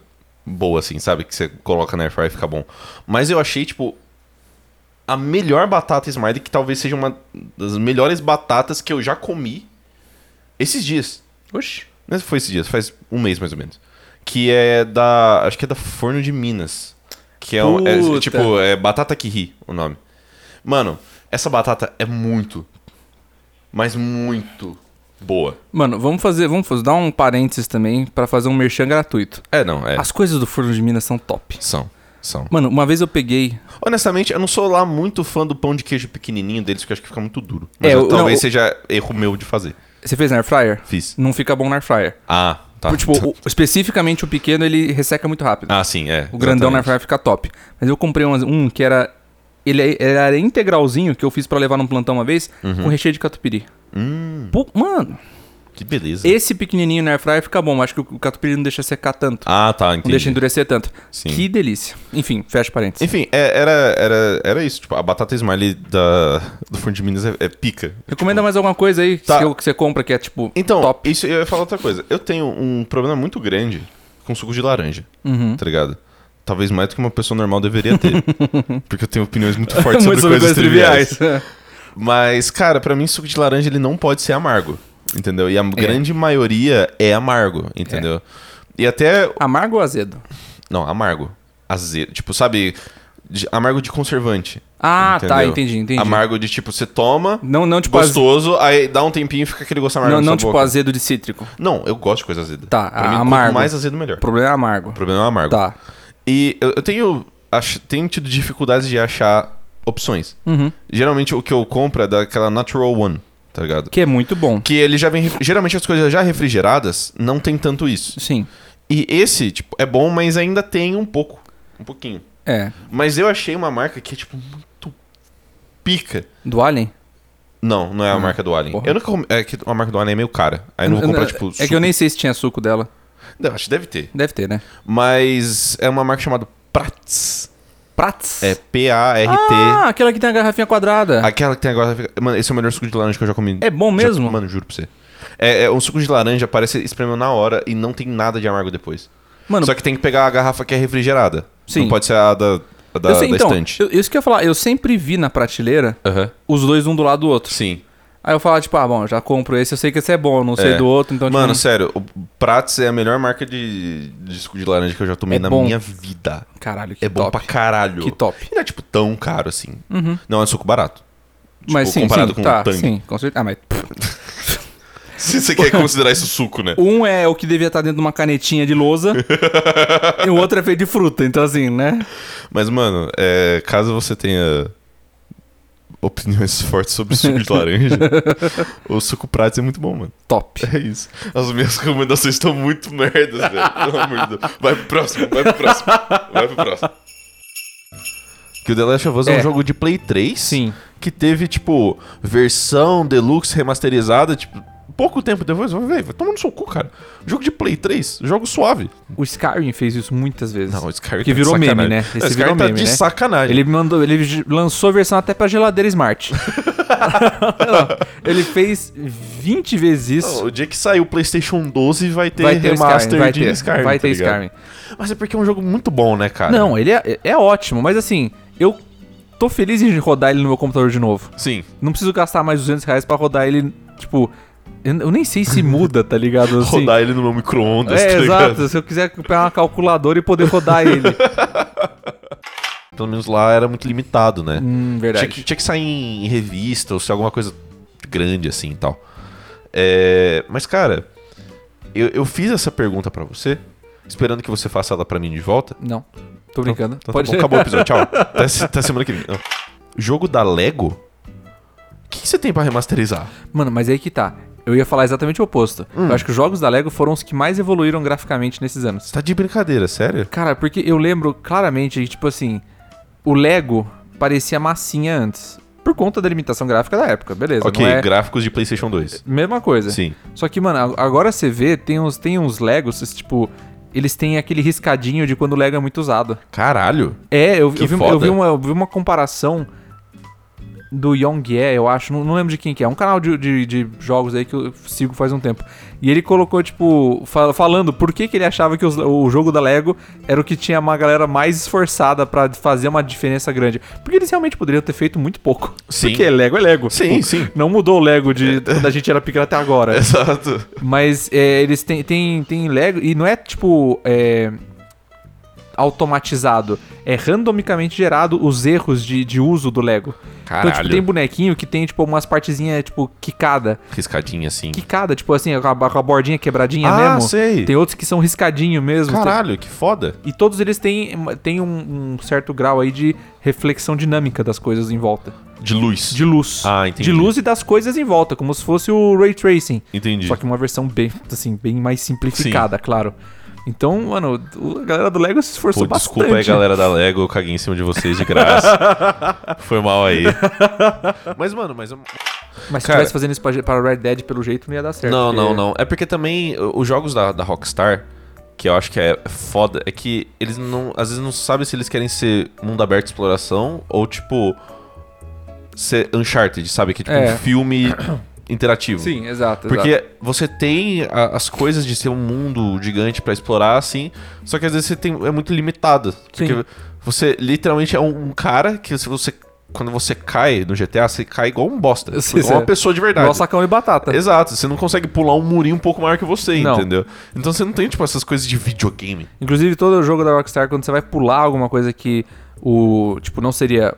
boa, assim, sabe? Que você coloca na airfryer e fica bom. Mas eu achei, tipo, a melhor batata Smiley, que talvez seja uma das melhores batatas que eu já comi esses dias. Oxi. Não é foi esses dias, faz um mês mais ou menos. Que é da. Acho que é da Forno de Minas. Que é, um, é, Puta. tipo, é Batata que ri o nome. Mano, essa batata é muito, mas muito boa. Mano, vamos fazer, vamos fazer, dar um parênteses também pra fazer um merchan gratuito. É, não, é. As coisas do forno de Minas são top. São, são. Mano, uma vez eu peguei. Honestamente, eu não sou lá muito fã do pão de queijo pequenininho deles, porque eu acho que fica muito duro. Mas É, eu- eu- talvez não, seja erro meu de fazer. Você fez na air fryer? Fiz. Não fica bom na air fryer. Ah, tá. Tipo, o- especificamente o pequeno ele resseca muito rápido. Ah, sim, é. O grandão na né? air fryer fica top. Mas eu comprei umas- um que era. Ele é- ele era integralzinho que eu fiz pra levar num plantão uma vez Uhum. com recheio de catupiry. Pô, mano, Hum, Que beleza. esse pequenininho na air fryer fica bom. Acho que o catupiry não deixa secar tanto. Ah, tá, não entendi. deixa endurecer tanto. Sim. Que delícia. Enfim, fecha parênteses. Enfim, é- era, era, era isso. Tipo, a batata smiley da, do Fundo de Minas é, é pica. Recomenda mais alguma coisa aí Tá. que, eu- que você compra que é tipo Então, *laughs* top. isso eu ia falar outra coisa. Eu tenho um problema muito grande com suco de laranja, Uhum. tá ligado? Talvez mais do que uma pessoa normal deveria *laughs* ter. porque eu tenho opiniões muito fortes sobre, coisas, triviais. Mas, cara, pra mim, suco de laranja ele não pode ser amargo, entendeu? É. E a grande maioria é amargo, entendeu? E até. *laughs* Amargo ou azedo? Não, amargo. Azedo. Tipo, sabe? de- amargo de conservante. Ah, tá, entendeu? entendi, entendi. Amargo de tipo, você toma, Não, não tipo azedo. gostoso, aí dá um tempinho e fica aquele gosto amargo Não, na não sua tipo boca. azedo de cítrico. Não, eu gosto de coisa azeda. Tá, pra mim, amargo. Quanto mais azedo, melhor. O problema é amargo. O problema é amargo. Tá. E eu, eu tenho, ach- tenho tido dificuldades de achar opções. Uhum. Geralmente o que eu compro é daquela Natural One, tá ligado? Que é muito bom. Que ele já vem. ref- Geralmente as coisas já refrigeradas não tem tanto isso. Sim. E esse, tipo, é bom, mas ainda tem um pouco. Um pouquinho. É. Mas eu achei uma marca que é, tipo, muito pica. Do Alien? Não, não é a marca do Alien. Hum. porra. Eu nunca. com- É que a marca do Alien é meio cara. Aí eu não vou comprar, tipo. É que eu nem sei se tinha suco dela. Não, acho que deve ter. Deve ter, né? Mas é uma marca chamada Prats. Prats. É P-A-R-T. Ah, aquela que tem a garrafinha quadrada. Aquela que tem agora. Mano, esse é o melhor suco de laranja que eu já comi. É bom Já- mesmo? mano, juro pra você. É, é um suco de laranja, parece espremeu na hora e não tem nada de amargo depois. Mano, Só que tem que pegar a garrafa que é refrigerada. Sim. Não pode ser a da, a da, eu sei, da então, estante. eu- isso que eu ia falar, eu sempre vi na prateleira Aham. os dois um do lado do outro. Sim. Aí eu falava, tipo, ah, bom, já compro esse, eu sei que esse é bom, eu não sei É. do outro, então... tipo, Mano, não- sério, o Prats é a melhor marca de, de suco de laranja que eu já tomei É na bom. minha vida. Caralho, que É bom top. pra caralho. Que top. Uhum. E não é, tipo, tão caro assim. Não, é suco barato. mas sim, Tipo, comparado sim, com um o tá, Tang. sim, com certeza. Ah, mas... pff, *laughs* Se você quer considerar isso suco, né? Um é o que devia estar dentro de uma canetinha *laughs* de lousa e o outro é feito de fruta, então assim, né? Mas, mano, é, caso você tenha opiniões *laughs* fortes sobre suco de *laughs* laranja, o suco Prats é muito bom, mano. Top. *laughs* É isso. As minhas recomendações estão muito merdas, velho. Pelo amor de Deus. Vai pro próximo, vai pro próximo. Vai pro próximo. Que o The Last of Us é, É. um jogo de Play 3 Sim. que teve, tipo, versão deluxe remasterizada, tipo, pouco tempo depois. Véi, vai tomar no seu cu, cara. Jogo de Play 3, jogo suave. O Skyrim fez isso muitas vezes. Não, esse cara tá Que de virou meme, sacanagem. né? Esse, Esse cara virou tá meme, de né? sacanagem. Ele me mandou, ele j- lançou a versão até pra geladeira *laughs* smart. Não, ele fez 20 vezes Não, isso. o dia que sair o PlayStation 12 vai ter, vai ter o remaster Skyrim, vai de ter, Skyrim. vai tá ter ligado? Skyrim. Mas é porque é um jogo muito bom, né, cara? Não, ele é, é ótimo, mas assim, eu tô feliz em rodar ele no meu computador de novo. Sim. Não preciso gastar mais 200 reais pra rodar ele, tipo... Eu eu nem sei *laughs* se muda, tá ligado? Assim, Rodar ele no meu micro-ondas, É, tá ligado? exato. Se eu quiser pegar uma calculadora e poder rodar *laughs* ele. Pelo menos lá era muito limitado, né? hum, Tinha verdade. que, tinha que sair em revista ou se alguma coisa grande assim e tal. É, mas, cara, eu, eu fiz essa pergunta pra você, esperando que você faça ela pra mim de volta. Não. Tô brincando. Então, tá Pode bom, acabou o episódio, *laughs* tchau. Até, se- até semana que vem. Não. Jogo da Lego? O que, que você tem pra remasterizar? Mano, mas aí que tá. Eu ia falar exatamente o oposto. Hum. Eu acho que os jogos da Lego foram os que mais evoluíram graficamente nesses anos. Você tá de brincadeira, sério? Cara, porque eu lembro claramente, que, tipo assim, o Lego parecia massinha antes. Por conta da limitação gráfica da época, beleza. Ok, não é gráficos de PlayStation 2. mesma coisa. Sim. Só que, mano, a- agora você vê, tem uns, tem uns Legos, esses, tipo, eles têm aquele riscadinho de quando o Lego é muito usado. Caralho. É, eu, eu vi, eu, foda. vi uma, eu vi uma comparação do Yong Ye, eu acho, não, não lembro de quem que é, um canal de, de, de jogos aí que eu sigo faz um tempo. E ele colocou, tipo, fal- falando por que, que ele achava que os- o jogo da Lego era o que tinha uma galera mais esforçada pra fazer uma diferença grande. Porque eles realmente poderiam ter feito muito pouco. Sim. Porque Lego é Lego. Sim, sim. Não mudou o Lego de quando a gente era pequeno até *laughs* agora. Exato. Mas é, eles têm, têm, têm Lego. E não é tipo. é, automatizado. É randomicamente gerado os erros de, de uso do Lego. Então, tipo, Caralho. tem bonequinho que tem, tipo, umas partezinhas, tipo, quicada. Riscadinha assim. Quicada, tipo assim, com a, com a bordinha quebradinha ah, mesmo. sei. Tem outros que são riscadinho mesmo. Tem- Caralho, que foda. E todos eles têm, têm um, um certo grau aí de reflexão dinâmica das coisas em volta. De luz. De luz. Ah, entendi. De luz e das coisas em volta, como se fosse o Ray Tracing. Entendi. Só que uma versão bem, assim, bem mais simplificada, claro. Então, mano, o- a galera do Lego se esforçou Pô, bastante. desculpa aí, galera da Lego, eu caguei em cima de vocês de *laughs* graça. Foi mal aí. Mas, mano, mas. eu- Mas se Cara- tivesse fazendo isso pra- para Red Dead, pelo jeito, não ia dar certo. Não, porque- não, não. É porque também uh, os jogos da, da Rockstar, que eu acho que é foda, é que eles não. Às vezes não sabem se eles querem ser mundo aberto de exploração ou, tipo. Ser Uncharted, sabe? Que é tipo É. um filme interativo. Sim, exato. Porque é exato. você tem a- as coisas de ser um mundo gigante pra explorar, assim, só que às vezes você tem, é muito limitado. Sim. Porque você literalmente é um, um cara que se você. Quando você cai no GTA, você cai igual um bosta. *laughs* Sim, igual sim. uma pessoa de verdade. Igual sacão e batata. Exato, você não consegue pular um murinho um pouco maior que você, Não. entendeu? Então você não tem, tipo, essas coisas de videogame. Inclusive, todo jogo da Rockstar, quando você vai pular alguma coisa que o. Tipo, não seria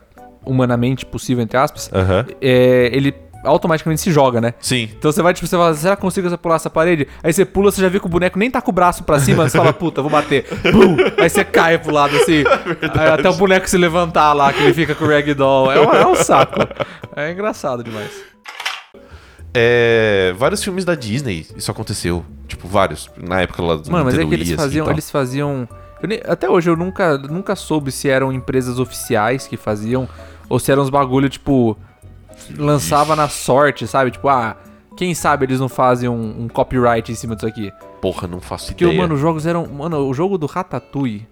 humanamente possível, entre aspas, Aham. é, ele automaticamente se joga, né? Sim. Então você vai, tipo, você fala, será que eu consigo pular essa parede? Aí você pula, você já vê que o boneco nem tá com o braço pra cima, você fala, puta, vou bater. Bum! Aí você cai pro lado assim. Aí até o boneco se levantar lá, que ele fica com o ragdoll. É, um- é um saco. É engraçado demais. É, vários filmes da Disney, isso aconteceu. Tipo, vários. Na época lá do Mano, mas é Nintendo que eles Wii, assim, e faziam. tal. Eles faziam. eu nem- até hoje eu nunca, nunca soube se eram empresas oficiais que faziam ou se eram uns bagulho, tipo. Lançava na sorte, sabe? Tipo, ah, quem sabe eles não fazem um, um copyright em cima disso aqui. Porra, não faço Porque, ideia. mano, os jogos eram. Mano, o jogo do Ratatouille.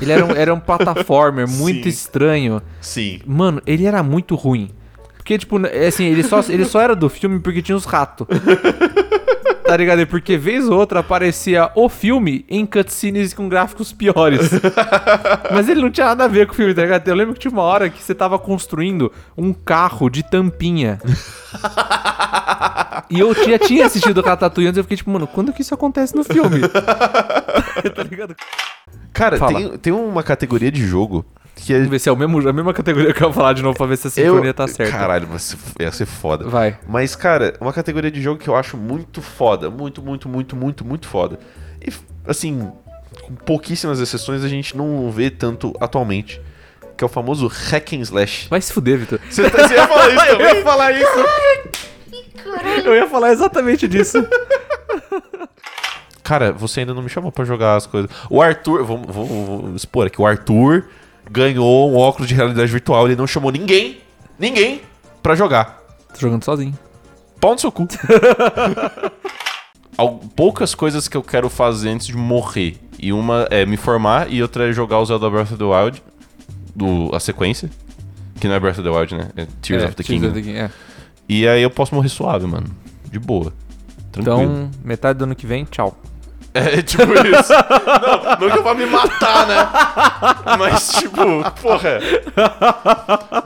Ele era um, era *laughs* um platformer muito Sim. estranho. Sim. Mano, ele era muito ruim. Porque, tipo, é assim, ele só, *laughs* ele só era do filme porque tinha os ratos. Tá ligado? E Porque vez ou outra aparecia o filme em cutscenes com gráficos piores. Mas ele não tinha nada a ver com o filme, tá ligado? Eu lembro que tinha uma hora que você tava construindo um carro de tampinha. E eu já tinha assistido o Ratatouille antes e eu fiquei tipo, mano, quando que isso acontece no filme? *laughs* tá ligado? Cara, Fala. tem, tem uma categoria de jogo que é. Vamos ver se é o mesmo, a mesma categoria que eu vou falar de novo pra ver se a sincronia tá certa. Caralho, mas ia ser foda. Vai. Mas, cara, uma categoria de jogo que eu acho muito foda. Muito, muito, muito, muito, muito foda. E, assim, com pouquíssimas exceções, a gente não vê tanto atualmente. Que é o famoso hack and slash. Vai se fuder, Vitor. Você, tá- você ia falar *laughs* isso também? Eu ia falar isso. Eu ia falar *laughs* exatamente disso. Cara, você ainda não me chamou pra jogar as coisas. O Arthur, vamos, vamos- vamos expor aqui, o Arthur ganhou um óculos de realidade virtual, ele não chamou ninguém, ninguém, pra jogar. Tô jogando sozinho. Pau no seu cu. *laughs* Al- Poucas coisas que eu quero fazer antes de morrer. E uma é me formar e outra é jogar o Zelda Breath of the Wild, do, a sequência. Que não é Breath of the Wild, né? É Tears of the Tears Kingdom. of the King, é. E aí eu posso morrer suave, mano. De boa. Tranquilo. Então, metade do ano que vem, tchau. *laughs* É tipo isso. não, não que eu vá me matar, né? Mas, tipo, porra.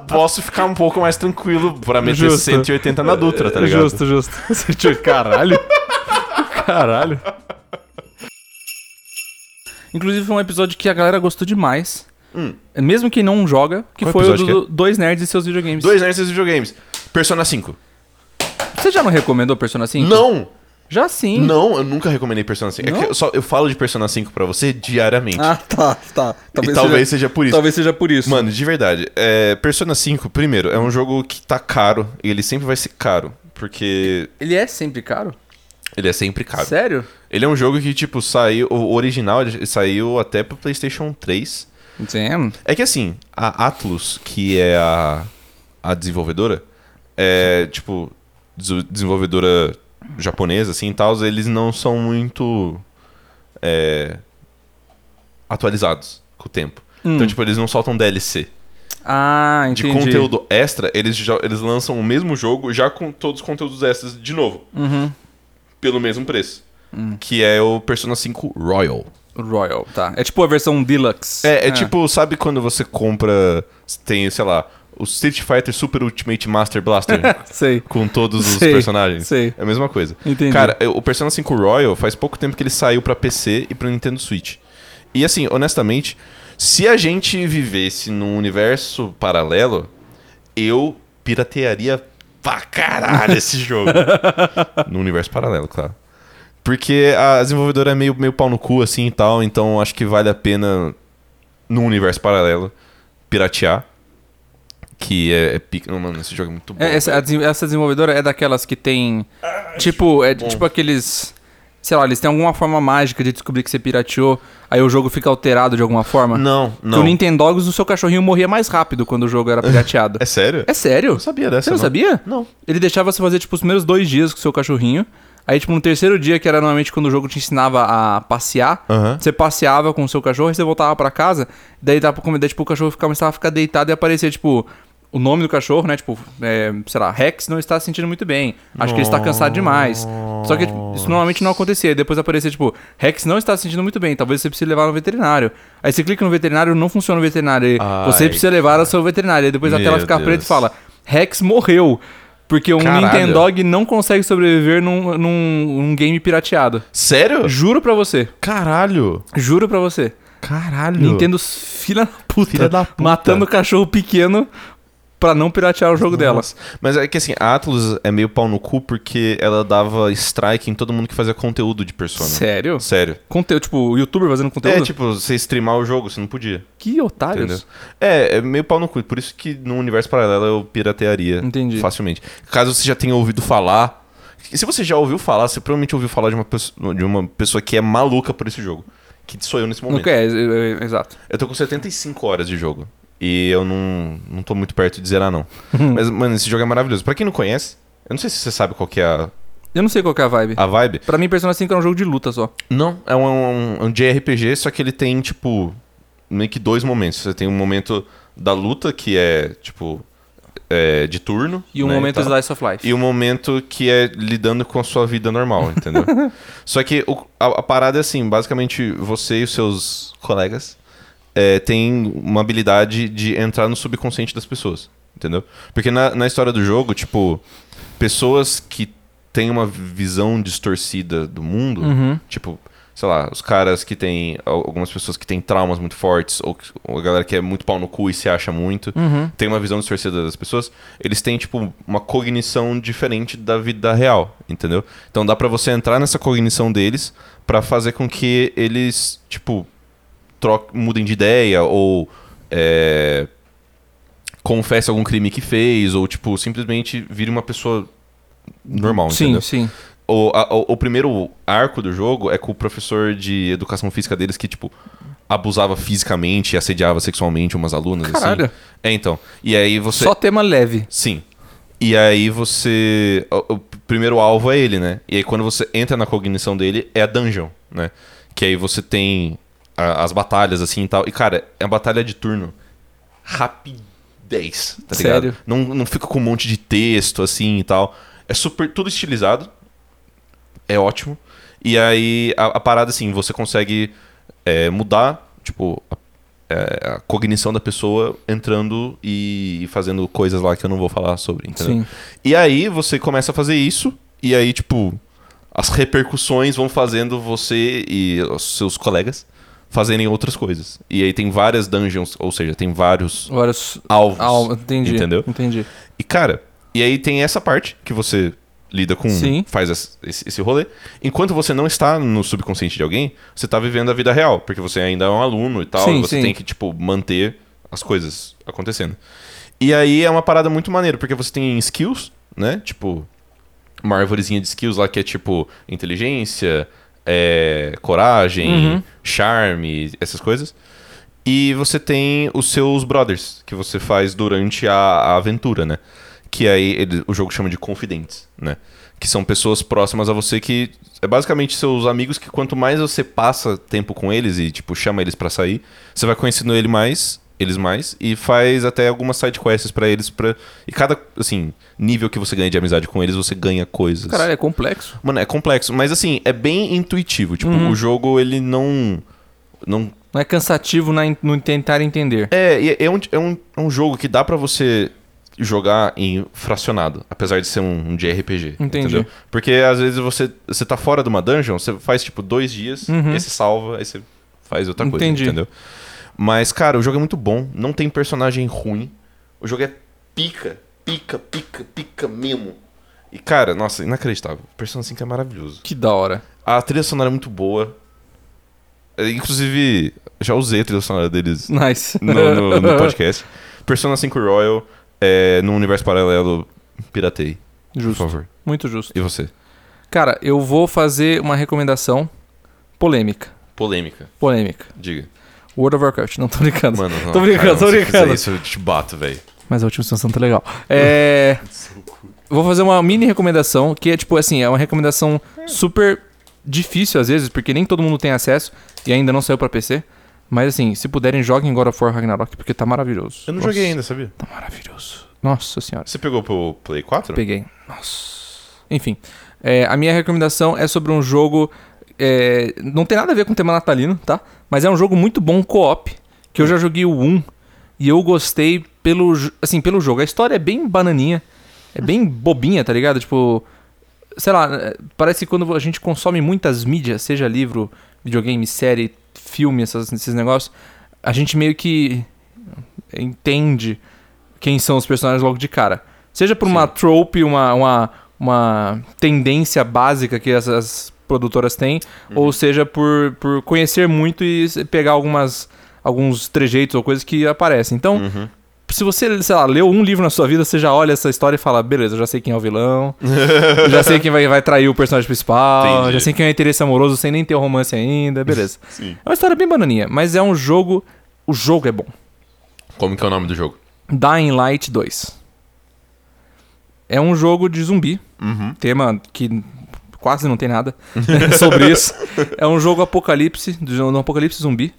Posso ficar um pouco mais tranquilo pra meter Justo. 180 na Dutra, tá ligado? É, *laughs* Justo, justo. Você tinha- Caralho. Caralho. Inclusive foi um episódio que a galera gostou demais. Mesmo quem não joga, que Hum. Qual foi o episódio é? do Dois Nerds e seus videogames. Dois nerds e videogames. Persona 5. Você já não recomendou Persona 5? Não! Já sim. Não, eu nunca recomendei Persona 5. É Não? que eu, só, eu falo de Persona 5 pra você diariamente. Ah, tá, tá. e talvez seja, por isso. Talvez seja por isso. Mano, de verdade, é, Persona 5, primeiro, é um jogo que tá caro. E ele sempre vai ser caro. Porque Ele é sempre caro? ele é sempre caro. Sério? Ele é um jogo que, tipo, saiu. O original ele saiu até pro PlayStation 3. Sim. É que assim, a Atlus, que é a, a desenvolvedora, é tipo, des- desenvolvedora japonesa, assim e tal, eles não são muito é, atualizados com o tempo. Então, tipo, eles não soltam DLC. Ah, De entendi. conteúdo extra, eles, já, eles lançam o mesmo jogo já com todos os conteúdos extras de novo. Pelo mesmo preço. Que é o Persona 5 Royal. Royal, tá. É tipo a versão deluxe. É, é Ah, tipo, sabe quando você compra, tem, sei lá, o Street Fighter Super Ultimate Master Blaster *laughs* Sei. com todos os Sei, personagens? sei. É a mesma coisa. Entendi. Cara, eu- o Persona 5 Royal faz pouco tempo que ele saiu pra PC e pra Nintendo Switch. E assim, honestamente, se a gente vivesse num universo paralelo, eu piratearia pra caralho *laughs* esse jogo. num universo paralelo, claro. Porque a desenvolvedora é meio, meio pau no cu, assim e tal, então acho que vale a pena, num universo paralelo, piratear. Que é, é pica. Não, mano, esse jogo é muito bom. É, essa, velho. a desen- essa desenvolvedora é daquelas que tem. tipo, é tipo aqueles. Sei lá, eles têm alguma forma mágica de descobrir que você pirateou, aí o jogo fica alterado de alguma forma. Não, Porque não. o Nintendogos, o seu cachorrinho morria mais rápido quando o *laughs* jogo era pirateado. É sério? é sério? Eu não sabia dessa. Você não, sabia? Não. Ele deixava você fazer, tipo, os primeiros dois dias com o seu cachorrinho. Aí, tipo, no terceiro dia, que era normalmente quando o jogo te ensinava a passear, Aham. você passeava com o seu cachorro e você voltava pra casa. Daí, dava pra comer, daí, tipo, o cachorro ficava, começava a ficar deitado e aparecia, tipo, o nome do cachorro, né? Tipo, é, sei lá, Rex não está se sentindo muito bem. Acho que ele está cansado demais. Só que tipo, isso normalmente não acontecia. E Depois aparecia, tipo, Rex não está se sentindo muito bem. Talvez você precise levar no veterinário. Aí você clica no veterinário, não funciona o veterinário. E você precisa levar ao seu veterinário. E depois a Meu tela fica Deus. preta e fala, Rex morreu. Porque um Caralho. Nintendog não consegue sobreviver num, num, num game pirateado. Sério? Juro pra você. Caralho. Juro pra você. Caralho. Nintendo, filha da puta. Filha da puta. Matando cachorro pequeno pra não piratear o jogo delas. Nossa. Mas é que assim, a Atlus é meio pau no cu porque ela dava strike em todo mundo que fazia conteúdo de Persona. Sério? Sério. Conteúdo, tipo, youtuber fazendo É, conteúdo? tipo, você streamar o jogo, você não podia. que Entendeu? otários. É, é meio pau no cu. Por isso que num universo paralelo eu piratearia Entendi. facilmente. Caso você já tenha ouvido falar. Se você já ouviu falar, você provavelmente ouviu falar de uma, pessoa, de uma pessoa que é maluca por esse jogo. Que sou eu nesse Não momento. quer, é, é, é, exato. Eu tô com 75 horas de jogo. E eu não, não tô muito perto de zerar, não. Uhum. Mas, mano, esse jogo é maravilhoso. Pra quem não conhece, eu não sei se você sabe qual que é a, Eu não sei qual que é a vibe. a vibe. Pra mim, Persona 5 é um jogo de luta só. Não, é um, um- um JRPG, só que ele tem, tipo, meio que dois momentos. Você tem um momento da luta, que é, tipo, é, de turno. E um né, momento tal. Slice of Life. E um momento que é lidando com a sua vida normal, entendeu? Só que o- a, a parada é assim, basicamente você e os seus colegas é, têm uma habilidade de entrar no subconsciente das pessoas, entendeu? Porque na, na história do jogo, tipo, pessoas que têm uma visão distorcida do mundo, tipo, sei lá, os caras que têm al- algumas pessoas que têm traumas muito fortes, ou, que- ou a galera que é muito pau no cu e se acha muito, Uhum. tem uma visão distorcida das pessoas, eles têm, tipo, uma cognição diferente da vida real, entendeu? Então dá pra você entrar nessa cognição deles pra fazer com que eles, tipo, tro- mudem de ideia ou é, confesse algum crime que fez ou tipo simplesmente vire uma pessoa normal, sim, entendeu? sim. O, a- o- o primeiro arco do jogo é com o professor de educação física deles que tipo abusava fisicamente e assediava sexualmente umas alunas Caralho. assim. É então. E aí você Só tema leve. Sim. E aí você. O, o primeiro alvo é ele, né? E aí quando você entra na cognição dele, é a dungeon, né? Que aí você tem a- as batalhas assim e tal. E cara, é a batalha de turno. Rapidez, tá ligado? Sério? Não, não fica com um monte de texto assim e tal. É super. Tudo estilizado. É ótimo. E aí a, a parada assim, você consegue é, mudar, tipo, a é, a cognição da pessoa entrando e fazendo coisas lá que eu não vou falar sobre, entendeu? Sim. E aí você começa a fazer isso, e aí, tipo, as repercussões vão fazendo você e os seus colegas fazerem outras coisas. E aí tem várias dungeons, ou seja, tem vários Agora, alvos. ah, entendi. Entendeu? Entendi. E, cara, e aí tem essa parte que você lida com. Sim. Faz es- esse, esse rolê. Enquanto você não está no subconsciente de alguém, você tá vivendo a vida real, porque você ainda é um aluno e tal. Sim, e você sim. tem que, tipo, manter as coisas acontecendo. E aí é uma parada muito maneira, porque você tem skills, né? Tipo, uma arvorezinha de skills lá que é tipo Uhum. inteligência, é, coragem, charme, essas coisas. E você tem os seus brothers, que você faz durante a, a aventura, né? Que aí ele- o jogo chama de confidentes, né? Que são pessoas próximas a você que é basicamente seus amigos que quanto mais você passa tempo com eles e, tipo, chama eles pra sair, você vai conhecendo ele mais, eles mais, e faz até algumas side quests pra eles. Pra... E cada, assim, nível que você ganha de amizade com eles, você ganha coisas. Caralho, é complexo. Mano, é complexo, mas assim, é bem intuitivo. Tipo, o jogo, ele não. Não Não é cansativo na, no tentar entender. é, e é um, é um, é um jogo que dá pra você jogar em fracionado, apesar de ser um, um de RPG. Entendi. Entendeu? Porque às vezes você, você tá fora de uma dungeon, você faz tipo dois dias, aí você salva, aí você faz outra coisa, Uhum. Entendi. entendeu? Mas, cara, o jogo é muito bom, não tem personagem ruim. O jogo é pica, pica, pica, pica mesmo. E, cara, nossa, inacreditável. Persona 5 é maravilhoso. Que da hora. A trilha sonora é muito boa. É, Inclusive, já usei a trilha sonora deles Nice. no, no- *laughs* no podcast. Persona 5 Royal, é, no universo paralelo, piratei. Por Justo. favor. Muito justo. E você? Cara, eu vou fazer uma recomendação polêmica. Polêmica, Polêmica. diga. World of Warcraft. Não, tô brincando. Mano, tô não, brincando, cara, tô se você brincando. fizer isso, eu te bato, velho. Mas a última extensão tá legal. É. Vou fazer uma mini recomendação, que é tipo assim, é uma recomendação super difícil às vezes, porque nem todo mundo tem acesso e ainda não saiu pra PC. Mas assim, se puderem, joguem God of War Ragnarok, porque tá maravilhoso. Eu não Nossa, joguei ainda, sabia? Tá maravilhoso. Nossa senhora. Você pegou pro Play 4? Peguei. Nossa. Enfim, é, a minha recomendação é sobre um jogo. é, não tem nada a ver com o tema natalino, tá? Mas é um jogo muito bom co-op. Que eu já joguei o 1 e eu gostei pelo, jo- assim, pelo jogo. A história é bem bananinha. É bem bobinha, tá ligado? Tipo. Sei lá, é, parece que quando a gente consome muitas mídias, seja livro, videogame, série, filme, essas- esses negócios, a gente meio que entende quem são os personagens logo de cara. Seja por uma trope, uma, uma, uma tendência básica que essas produtoras têm, ou seja por, por conhecer muito e se- pegar algumas, alguns trejeitos ou coisas que aparecem. Então, se você, sei lá, leu um livro na sua vida, você já olha essa história e fala, beleza, eu já sei quem é o vilão, eu já sei quem vai, vai trair o personagem principal, Entendi. já sei quem é o interesse amoroso sem nem ter o romance ainda, beleza. Sim. É uma história bem bananinha, mas é um jogo, o jogo é bom. Como que é o nome do jogo? Dying Light 2. É um jogo de zumbi. Tema que quase não tem nada *laughs* sobre isso. É um jogo apocalipse, de um apocalipse zumbi,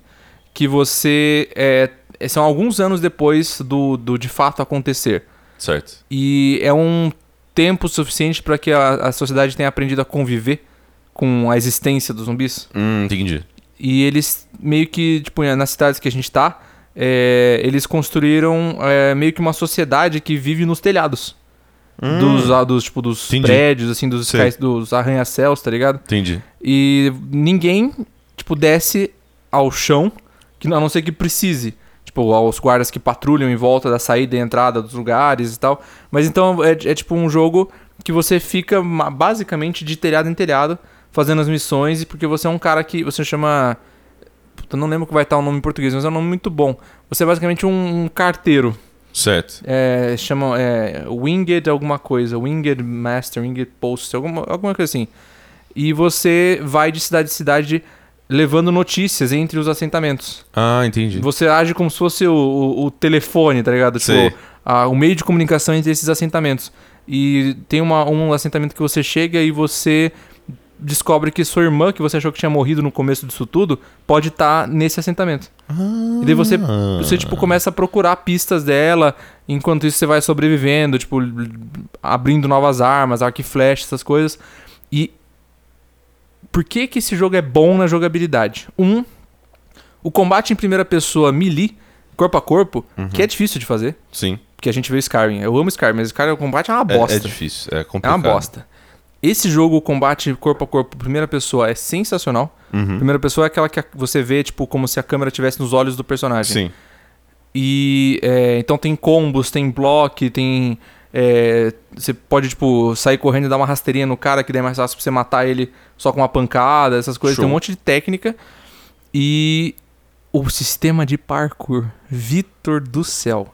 que você... É, são alguns anos depois do, do de fato acontecer. Certo. E é um tempo suficiente para que a, a sociedade tenha aprendido a conviver com a existência dos zumbis. Hum, entendi. E eles meio que, tipo, nas cidades que a gente tá, é, eles construíram é, meio que uma sociedade que vive nos telhados. Dos, ah, dos, tipo, dos Entendi. prédios, assim, dos, Sei. skys- dos arranha-céus, tá ligado? Entendi. E ninguém, tipo, desce ao chão, que a não ser que precise. Tipo, aos guardas que patrulham em volta da saída e entrada dos lugares e tal. Mas então é, é tipo um jogo que você fica ma- basicamente de telhado em telhado, fazendo as missões, e porque você é um cara que você chama. Puta, não lembro que vai estar o nome em português, mas é um nome muito bom. Você é basicamente um, um carteiro. Certo. É, chamam. É, winged alguma coisa. Winged Master, Winged Post, alguma, alguma coisa assim. E você vai de cidade em cidade levando notícias entre os assentamentos. Ah, entendi. Você age como se fosse o, o- o telefone, tá ligado? Sei. Tipo, a- o meio de comunicação entre esses assentamentos. E tem uma- um assentamento que você chega e você descobre que sua irmã, que você achou que tinha morrido no começo disso tudo, pode estar nesse assentamento. E daí Ah. você, você, tipo, começa a procurar pistas dela, enquanto isso você vai sobrevivendo, tipo, l- abrindo novas armas, arco e flecha, essas coisas. E por que que esse jogo é bom na jogabilidade? Um, o combate em primeira pessoa melee, corpo a corpo, que é difícil de fazer, Sim. porque a gente vê Skyrim. Eu amo Skyrim, mas Skyrim o combate é uma É, bosta. é difícil, é É complicado. uma bosta. Esse jogo, o combate corpo a corpo, primeira pessoa, é sensacional. Uhum. Primeira pessoa é aquela que a- você vê, tipo, como se a câmera estivesse nos olhos do personagem. Sim. E é, então tem combos, tem block, tem. é, você pode, tipo, sair correndo e dar uma rasteirinha no cara, que daí é mais fácil pra você matar ele só com uma pancada, essas coisas. Show. Tem um monte de técnica. E o sistema de parkour. Vitor do céu.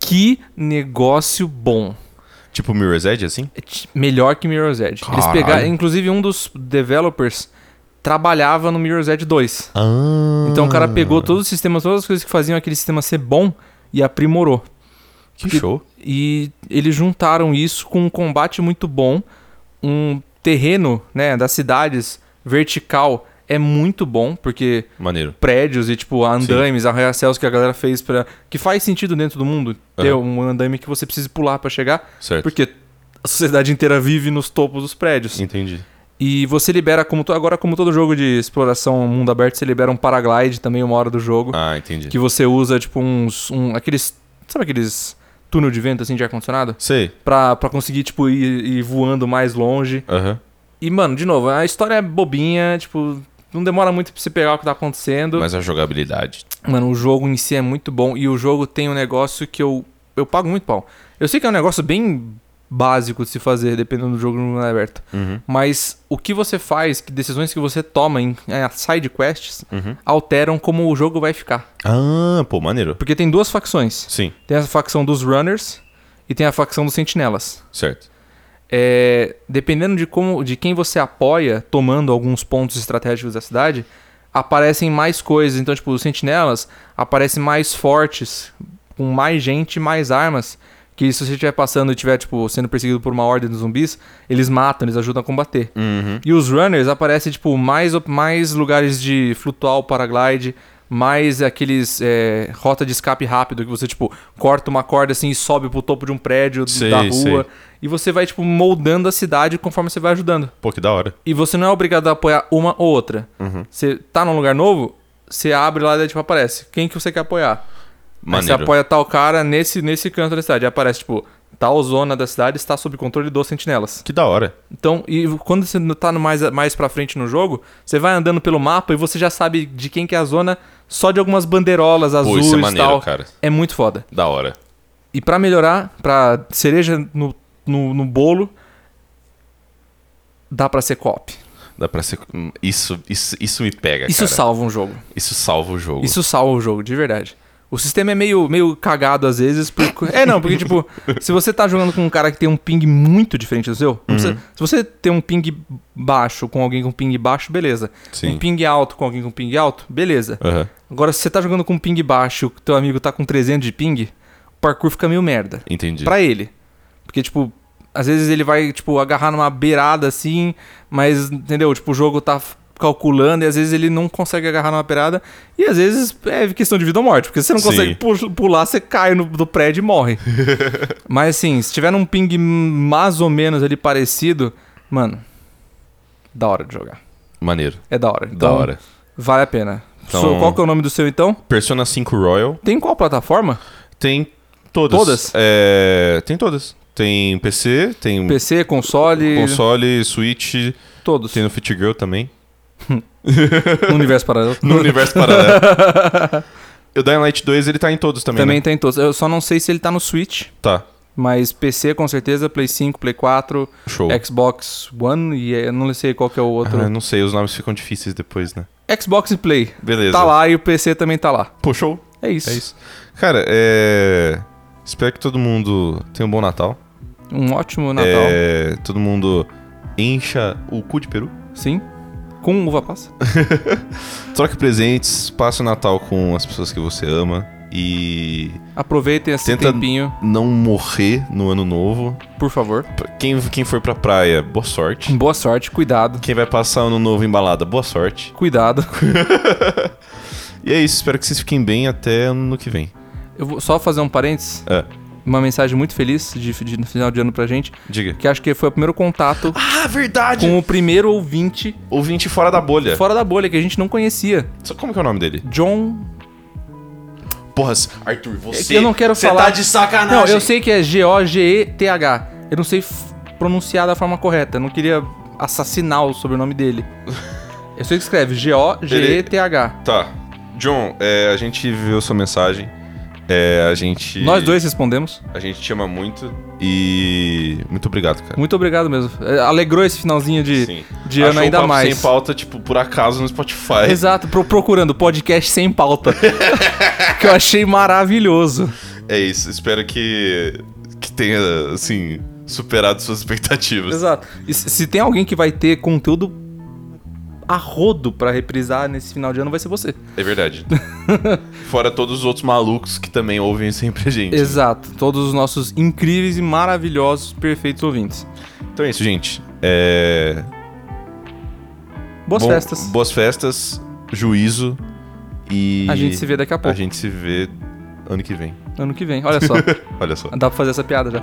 Que negócio bom. É Tipo Mirror's Edge, assim? Melhor que Mirror's Edge. Eles Caralho. pegaram, inclusive um dos developers trabalhava no Mirror's Edge 2. Ah, Então o cara pegou todos os sistemas, todas as coisas que faziam aquele sistema ser bom e aprimorou. Que show. E eles juntaram isso com um combate muito bom, um terreno, né, das cidades vertical é muito bom, porque Maneiro. prédios e, tipo, andames, arranha-céus que a galera fez para Que faz sentido dentro do mundo ter um andame que você precisa pular para chegar, Certo. porque a sociedade inteira vive nos topos dos prédios. Entendi. E você libera, como to- agora como todo jogo de exploração mundo aberto, você libera um paraglide também uma hora do jogo, Ah, entendi. que você usa, tipo, uns... Um, aqueles... Sabe aqueles túnel de vento, assim, de ar-condicionado? Sei. Pra, pra conseguir, tipo, ir- ir voando mais longe. Aham. E, mano, de novo, a história é bobinha, tipo, não demora muito pra você pegar o que tá acontecendo. Mas a jogabilidade. Mano, o jogo em si é muito bom e o jogo tem um negócio que eu, eu pago muito pau. Eu sei que é um negócio bem básico de se fazer, dependendo do jogo no mundo aberto. Mas o que você faz, que decisões que você toma em eh, side quests, alteram como o jogo vai ficar. Ah, pô, maneiro. Porque tem duas facções. Sim, Tem a facção dos runners e tem a facção dos sentinelas certo. é, dependendo de como, de quem você apoia, tomando alguns pontos estratégicos da cidade, aparecem mais coisas. Então, tipo, os sentinelas aparecem mais fortes, com mais gente, mais armas. Que se você estiver passando e estiver, tipo, sendo perseguido por uma ordem de zumbis, eles matam, eles ajudam a combater. E os runners aparecem, tipo, mais, op- mais lugares de flutuar o paraglide, mais aqueles é, rota de escape rápido, que você, tipo, corta uma corda assim e sobe pro topo de um prédio Sei, da rua. sei. E você vai, tipo, moldando a cidade conforme você vai ajudando. Pô, que da hora. E você não é obrigado a apoiar uma ou outra. Você tá num lugar novo, você abre lá e daí, tipo, aparece. Quem que você quer apoiar? Aí você Maneiro. apoia tal cara nesse, nesse canto da cidade. Aí aparece, tipo, tal zona da cidade está sob controle dos sentinelas. Que da hora. Então, e quando você não tá no mais, mais pra frente no jogo, você vai andando pelo mapa e você já sabe de quem que é a zona só de algumas bandeirolas Pô, azuis isso é e maneiro, tal. cara. É muito foda. Da hora. E pra melhorar, pra cereja no, no, no bolo, dá pra ser cop. Dá pra ser. hum, Isso, isso, isso me pega, Isso É, cara. salva um jogo. Isso salva o jogo. Isso salva o jogo, de verdade. O sistema é meio, meio cagado às vezes. Porque... É, não, *laughs* porque, tipo, se você tá jogando com um cara que tem um ping muito diferente do seu, não Uhum. precisa- se você tem um ping baixo com alguém com um ping baixo, beleza. Sim. Um ping alto com alguém com ping alto, beleza. Aham. Agora, se você tá jogando com um ping baixo e o teu amigo tá com 300 de ping, o parkour fica meio merda. Entendi. Pra ele. Porque, tipo, às vezes ele vai, tipo, agarrar numa beirada assim, mas, entendeu? Tipo, o jogo tá f- calculando e às vezes ele não consegue agarrar numa beirada. E às vezes é questão de vida ou morte, porque se você não Sim. consegue pu- pular, você cai no, do prédio *laughs* e morre. mas, assim, se tiver num ping mais ou menos ali parecido, mano, da hora de jogar. Maneiro. É da hora. Da Então, hora. Vale a pena. Então- So, qual que é o nome do seu, então? Persona 5 Royal Tem qual plataforma? tem todas. Todas? É, tem todas. Tem PC, tem PC, console, Hum. console, Switch, todos. tem no Fit Girl também. *laughs* *laughs* Universo paralelo. No universo paralelo. *laughs* E o Dying Light 2, ele tá em todos também, Também né? tem todos. Eu só não sei se ele tá no Switch, Tá. mas PC com certeza, Play 5, Play 4, Show. Xbox One e eh, eu não sei qual que é o outro. Oh. Ah, não sei, os nomes ficam difíceis depois, né? Xbox e Play. Beleza. Tá lá e o PC também tá lá. Pô, show. É isso. É isso. Cara, é... Espero que todo mundo tenha um bom Natal. Um ótimo Natal. É... Todo mundo encha o cu de peru. Sim. Com *laughs* uva passa. Troque presentes, passe o Natal com as pessoas que você ama e Aproveitem esse Tenta- tempinho, não morrer no ano novo. por favor. Pra- Quem, quem for pra praia, boa sorte. Boa sorte, cuidado. Quem vai passar ano novo em balada, boa sorte. Cuidado. E é isso, espero que vocês fiquem bem até ano que vem. Eu vou só fazer um parênteses. É. Uma mensagem muito feliz de, de- no final de ano pra gente, Diga. que acho que foi o primeiro contato Ah, verdade! com o primeiro ouvinte Ouvinte fora da bolha. fora da bolha que a gente não conhecia. Só- Como que é o nome dele? John Porra, Arthur, É você. que eu não quero você falar. tá de sacanagem. Não, eu sei que é G-O-G-E-T-H. Eu não sei f- pronunciar da forma correta. Eu não queria assassinar o *laughs* sobrenome dele. Eu sei que escreve G-O-G-E-T-H. Tá. John, é, a gente viu sua mensagem. É, a gente. Nós dois respondemos. A gente te ama muito. E. Muito obrigado, cara. Muito obrigado mesmo. É, Alegrou esse finalzinho de, Sim. de ano Achou o ainda Papo mais. Sem pauta, tipo, por acaso no Spotify. Exato, pro- procurando podcast sem *laughs* pauta. que eu achei maravilhoso. É isso. Espero que. Que tenha, assim. Superado suas expectativas. Exato. E se se tem alguém que vai ter conteúdo a rodo pra reprisar nesse final de ano vai ser você. É *laughs* verdade. Fora todos os outros malucos que também ouvem sempre a gente. Exato. Todos os nossos incríveis e maravilhosos, perfeitos ouvintes. Então é isso, gente. É... Boas bom- festas. Boas festas, juízo e. A gente se vê daqui a A pouco, gente se vê ano que vem. *laughs* ano que vem. Olha só, Olha só. dá pra fazer essa piada já.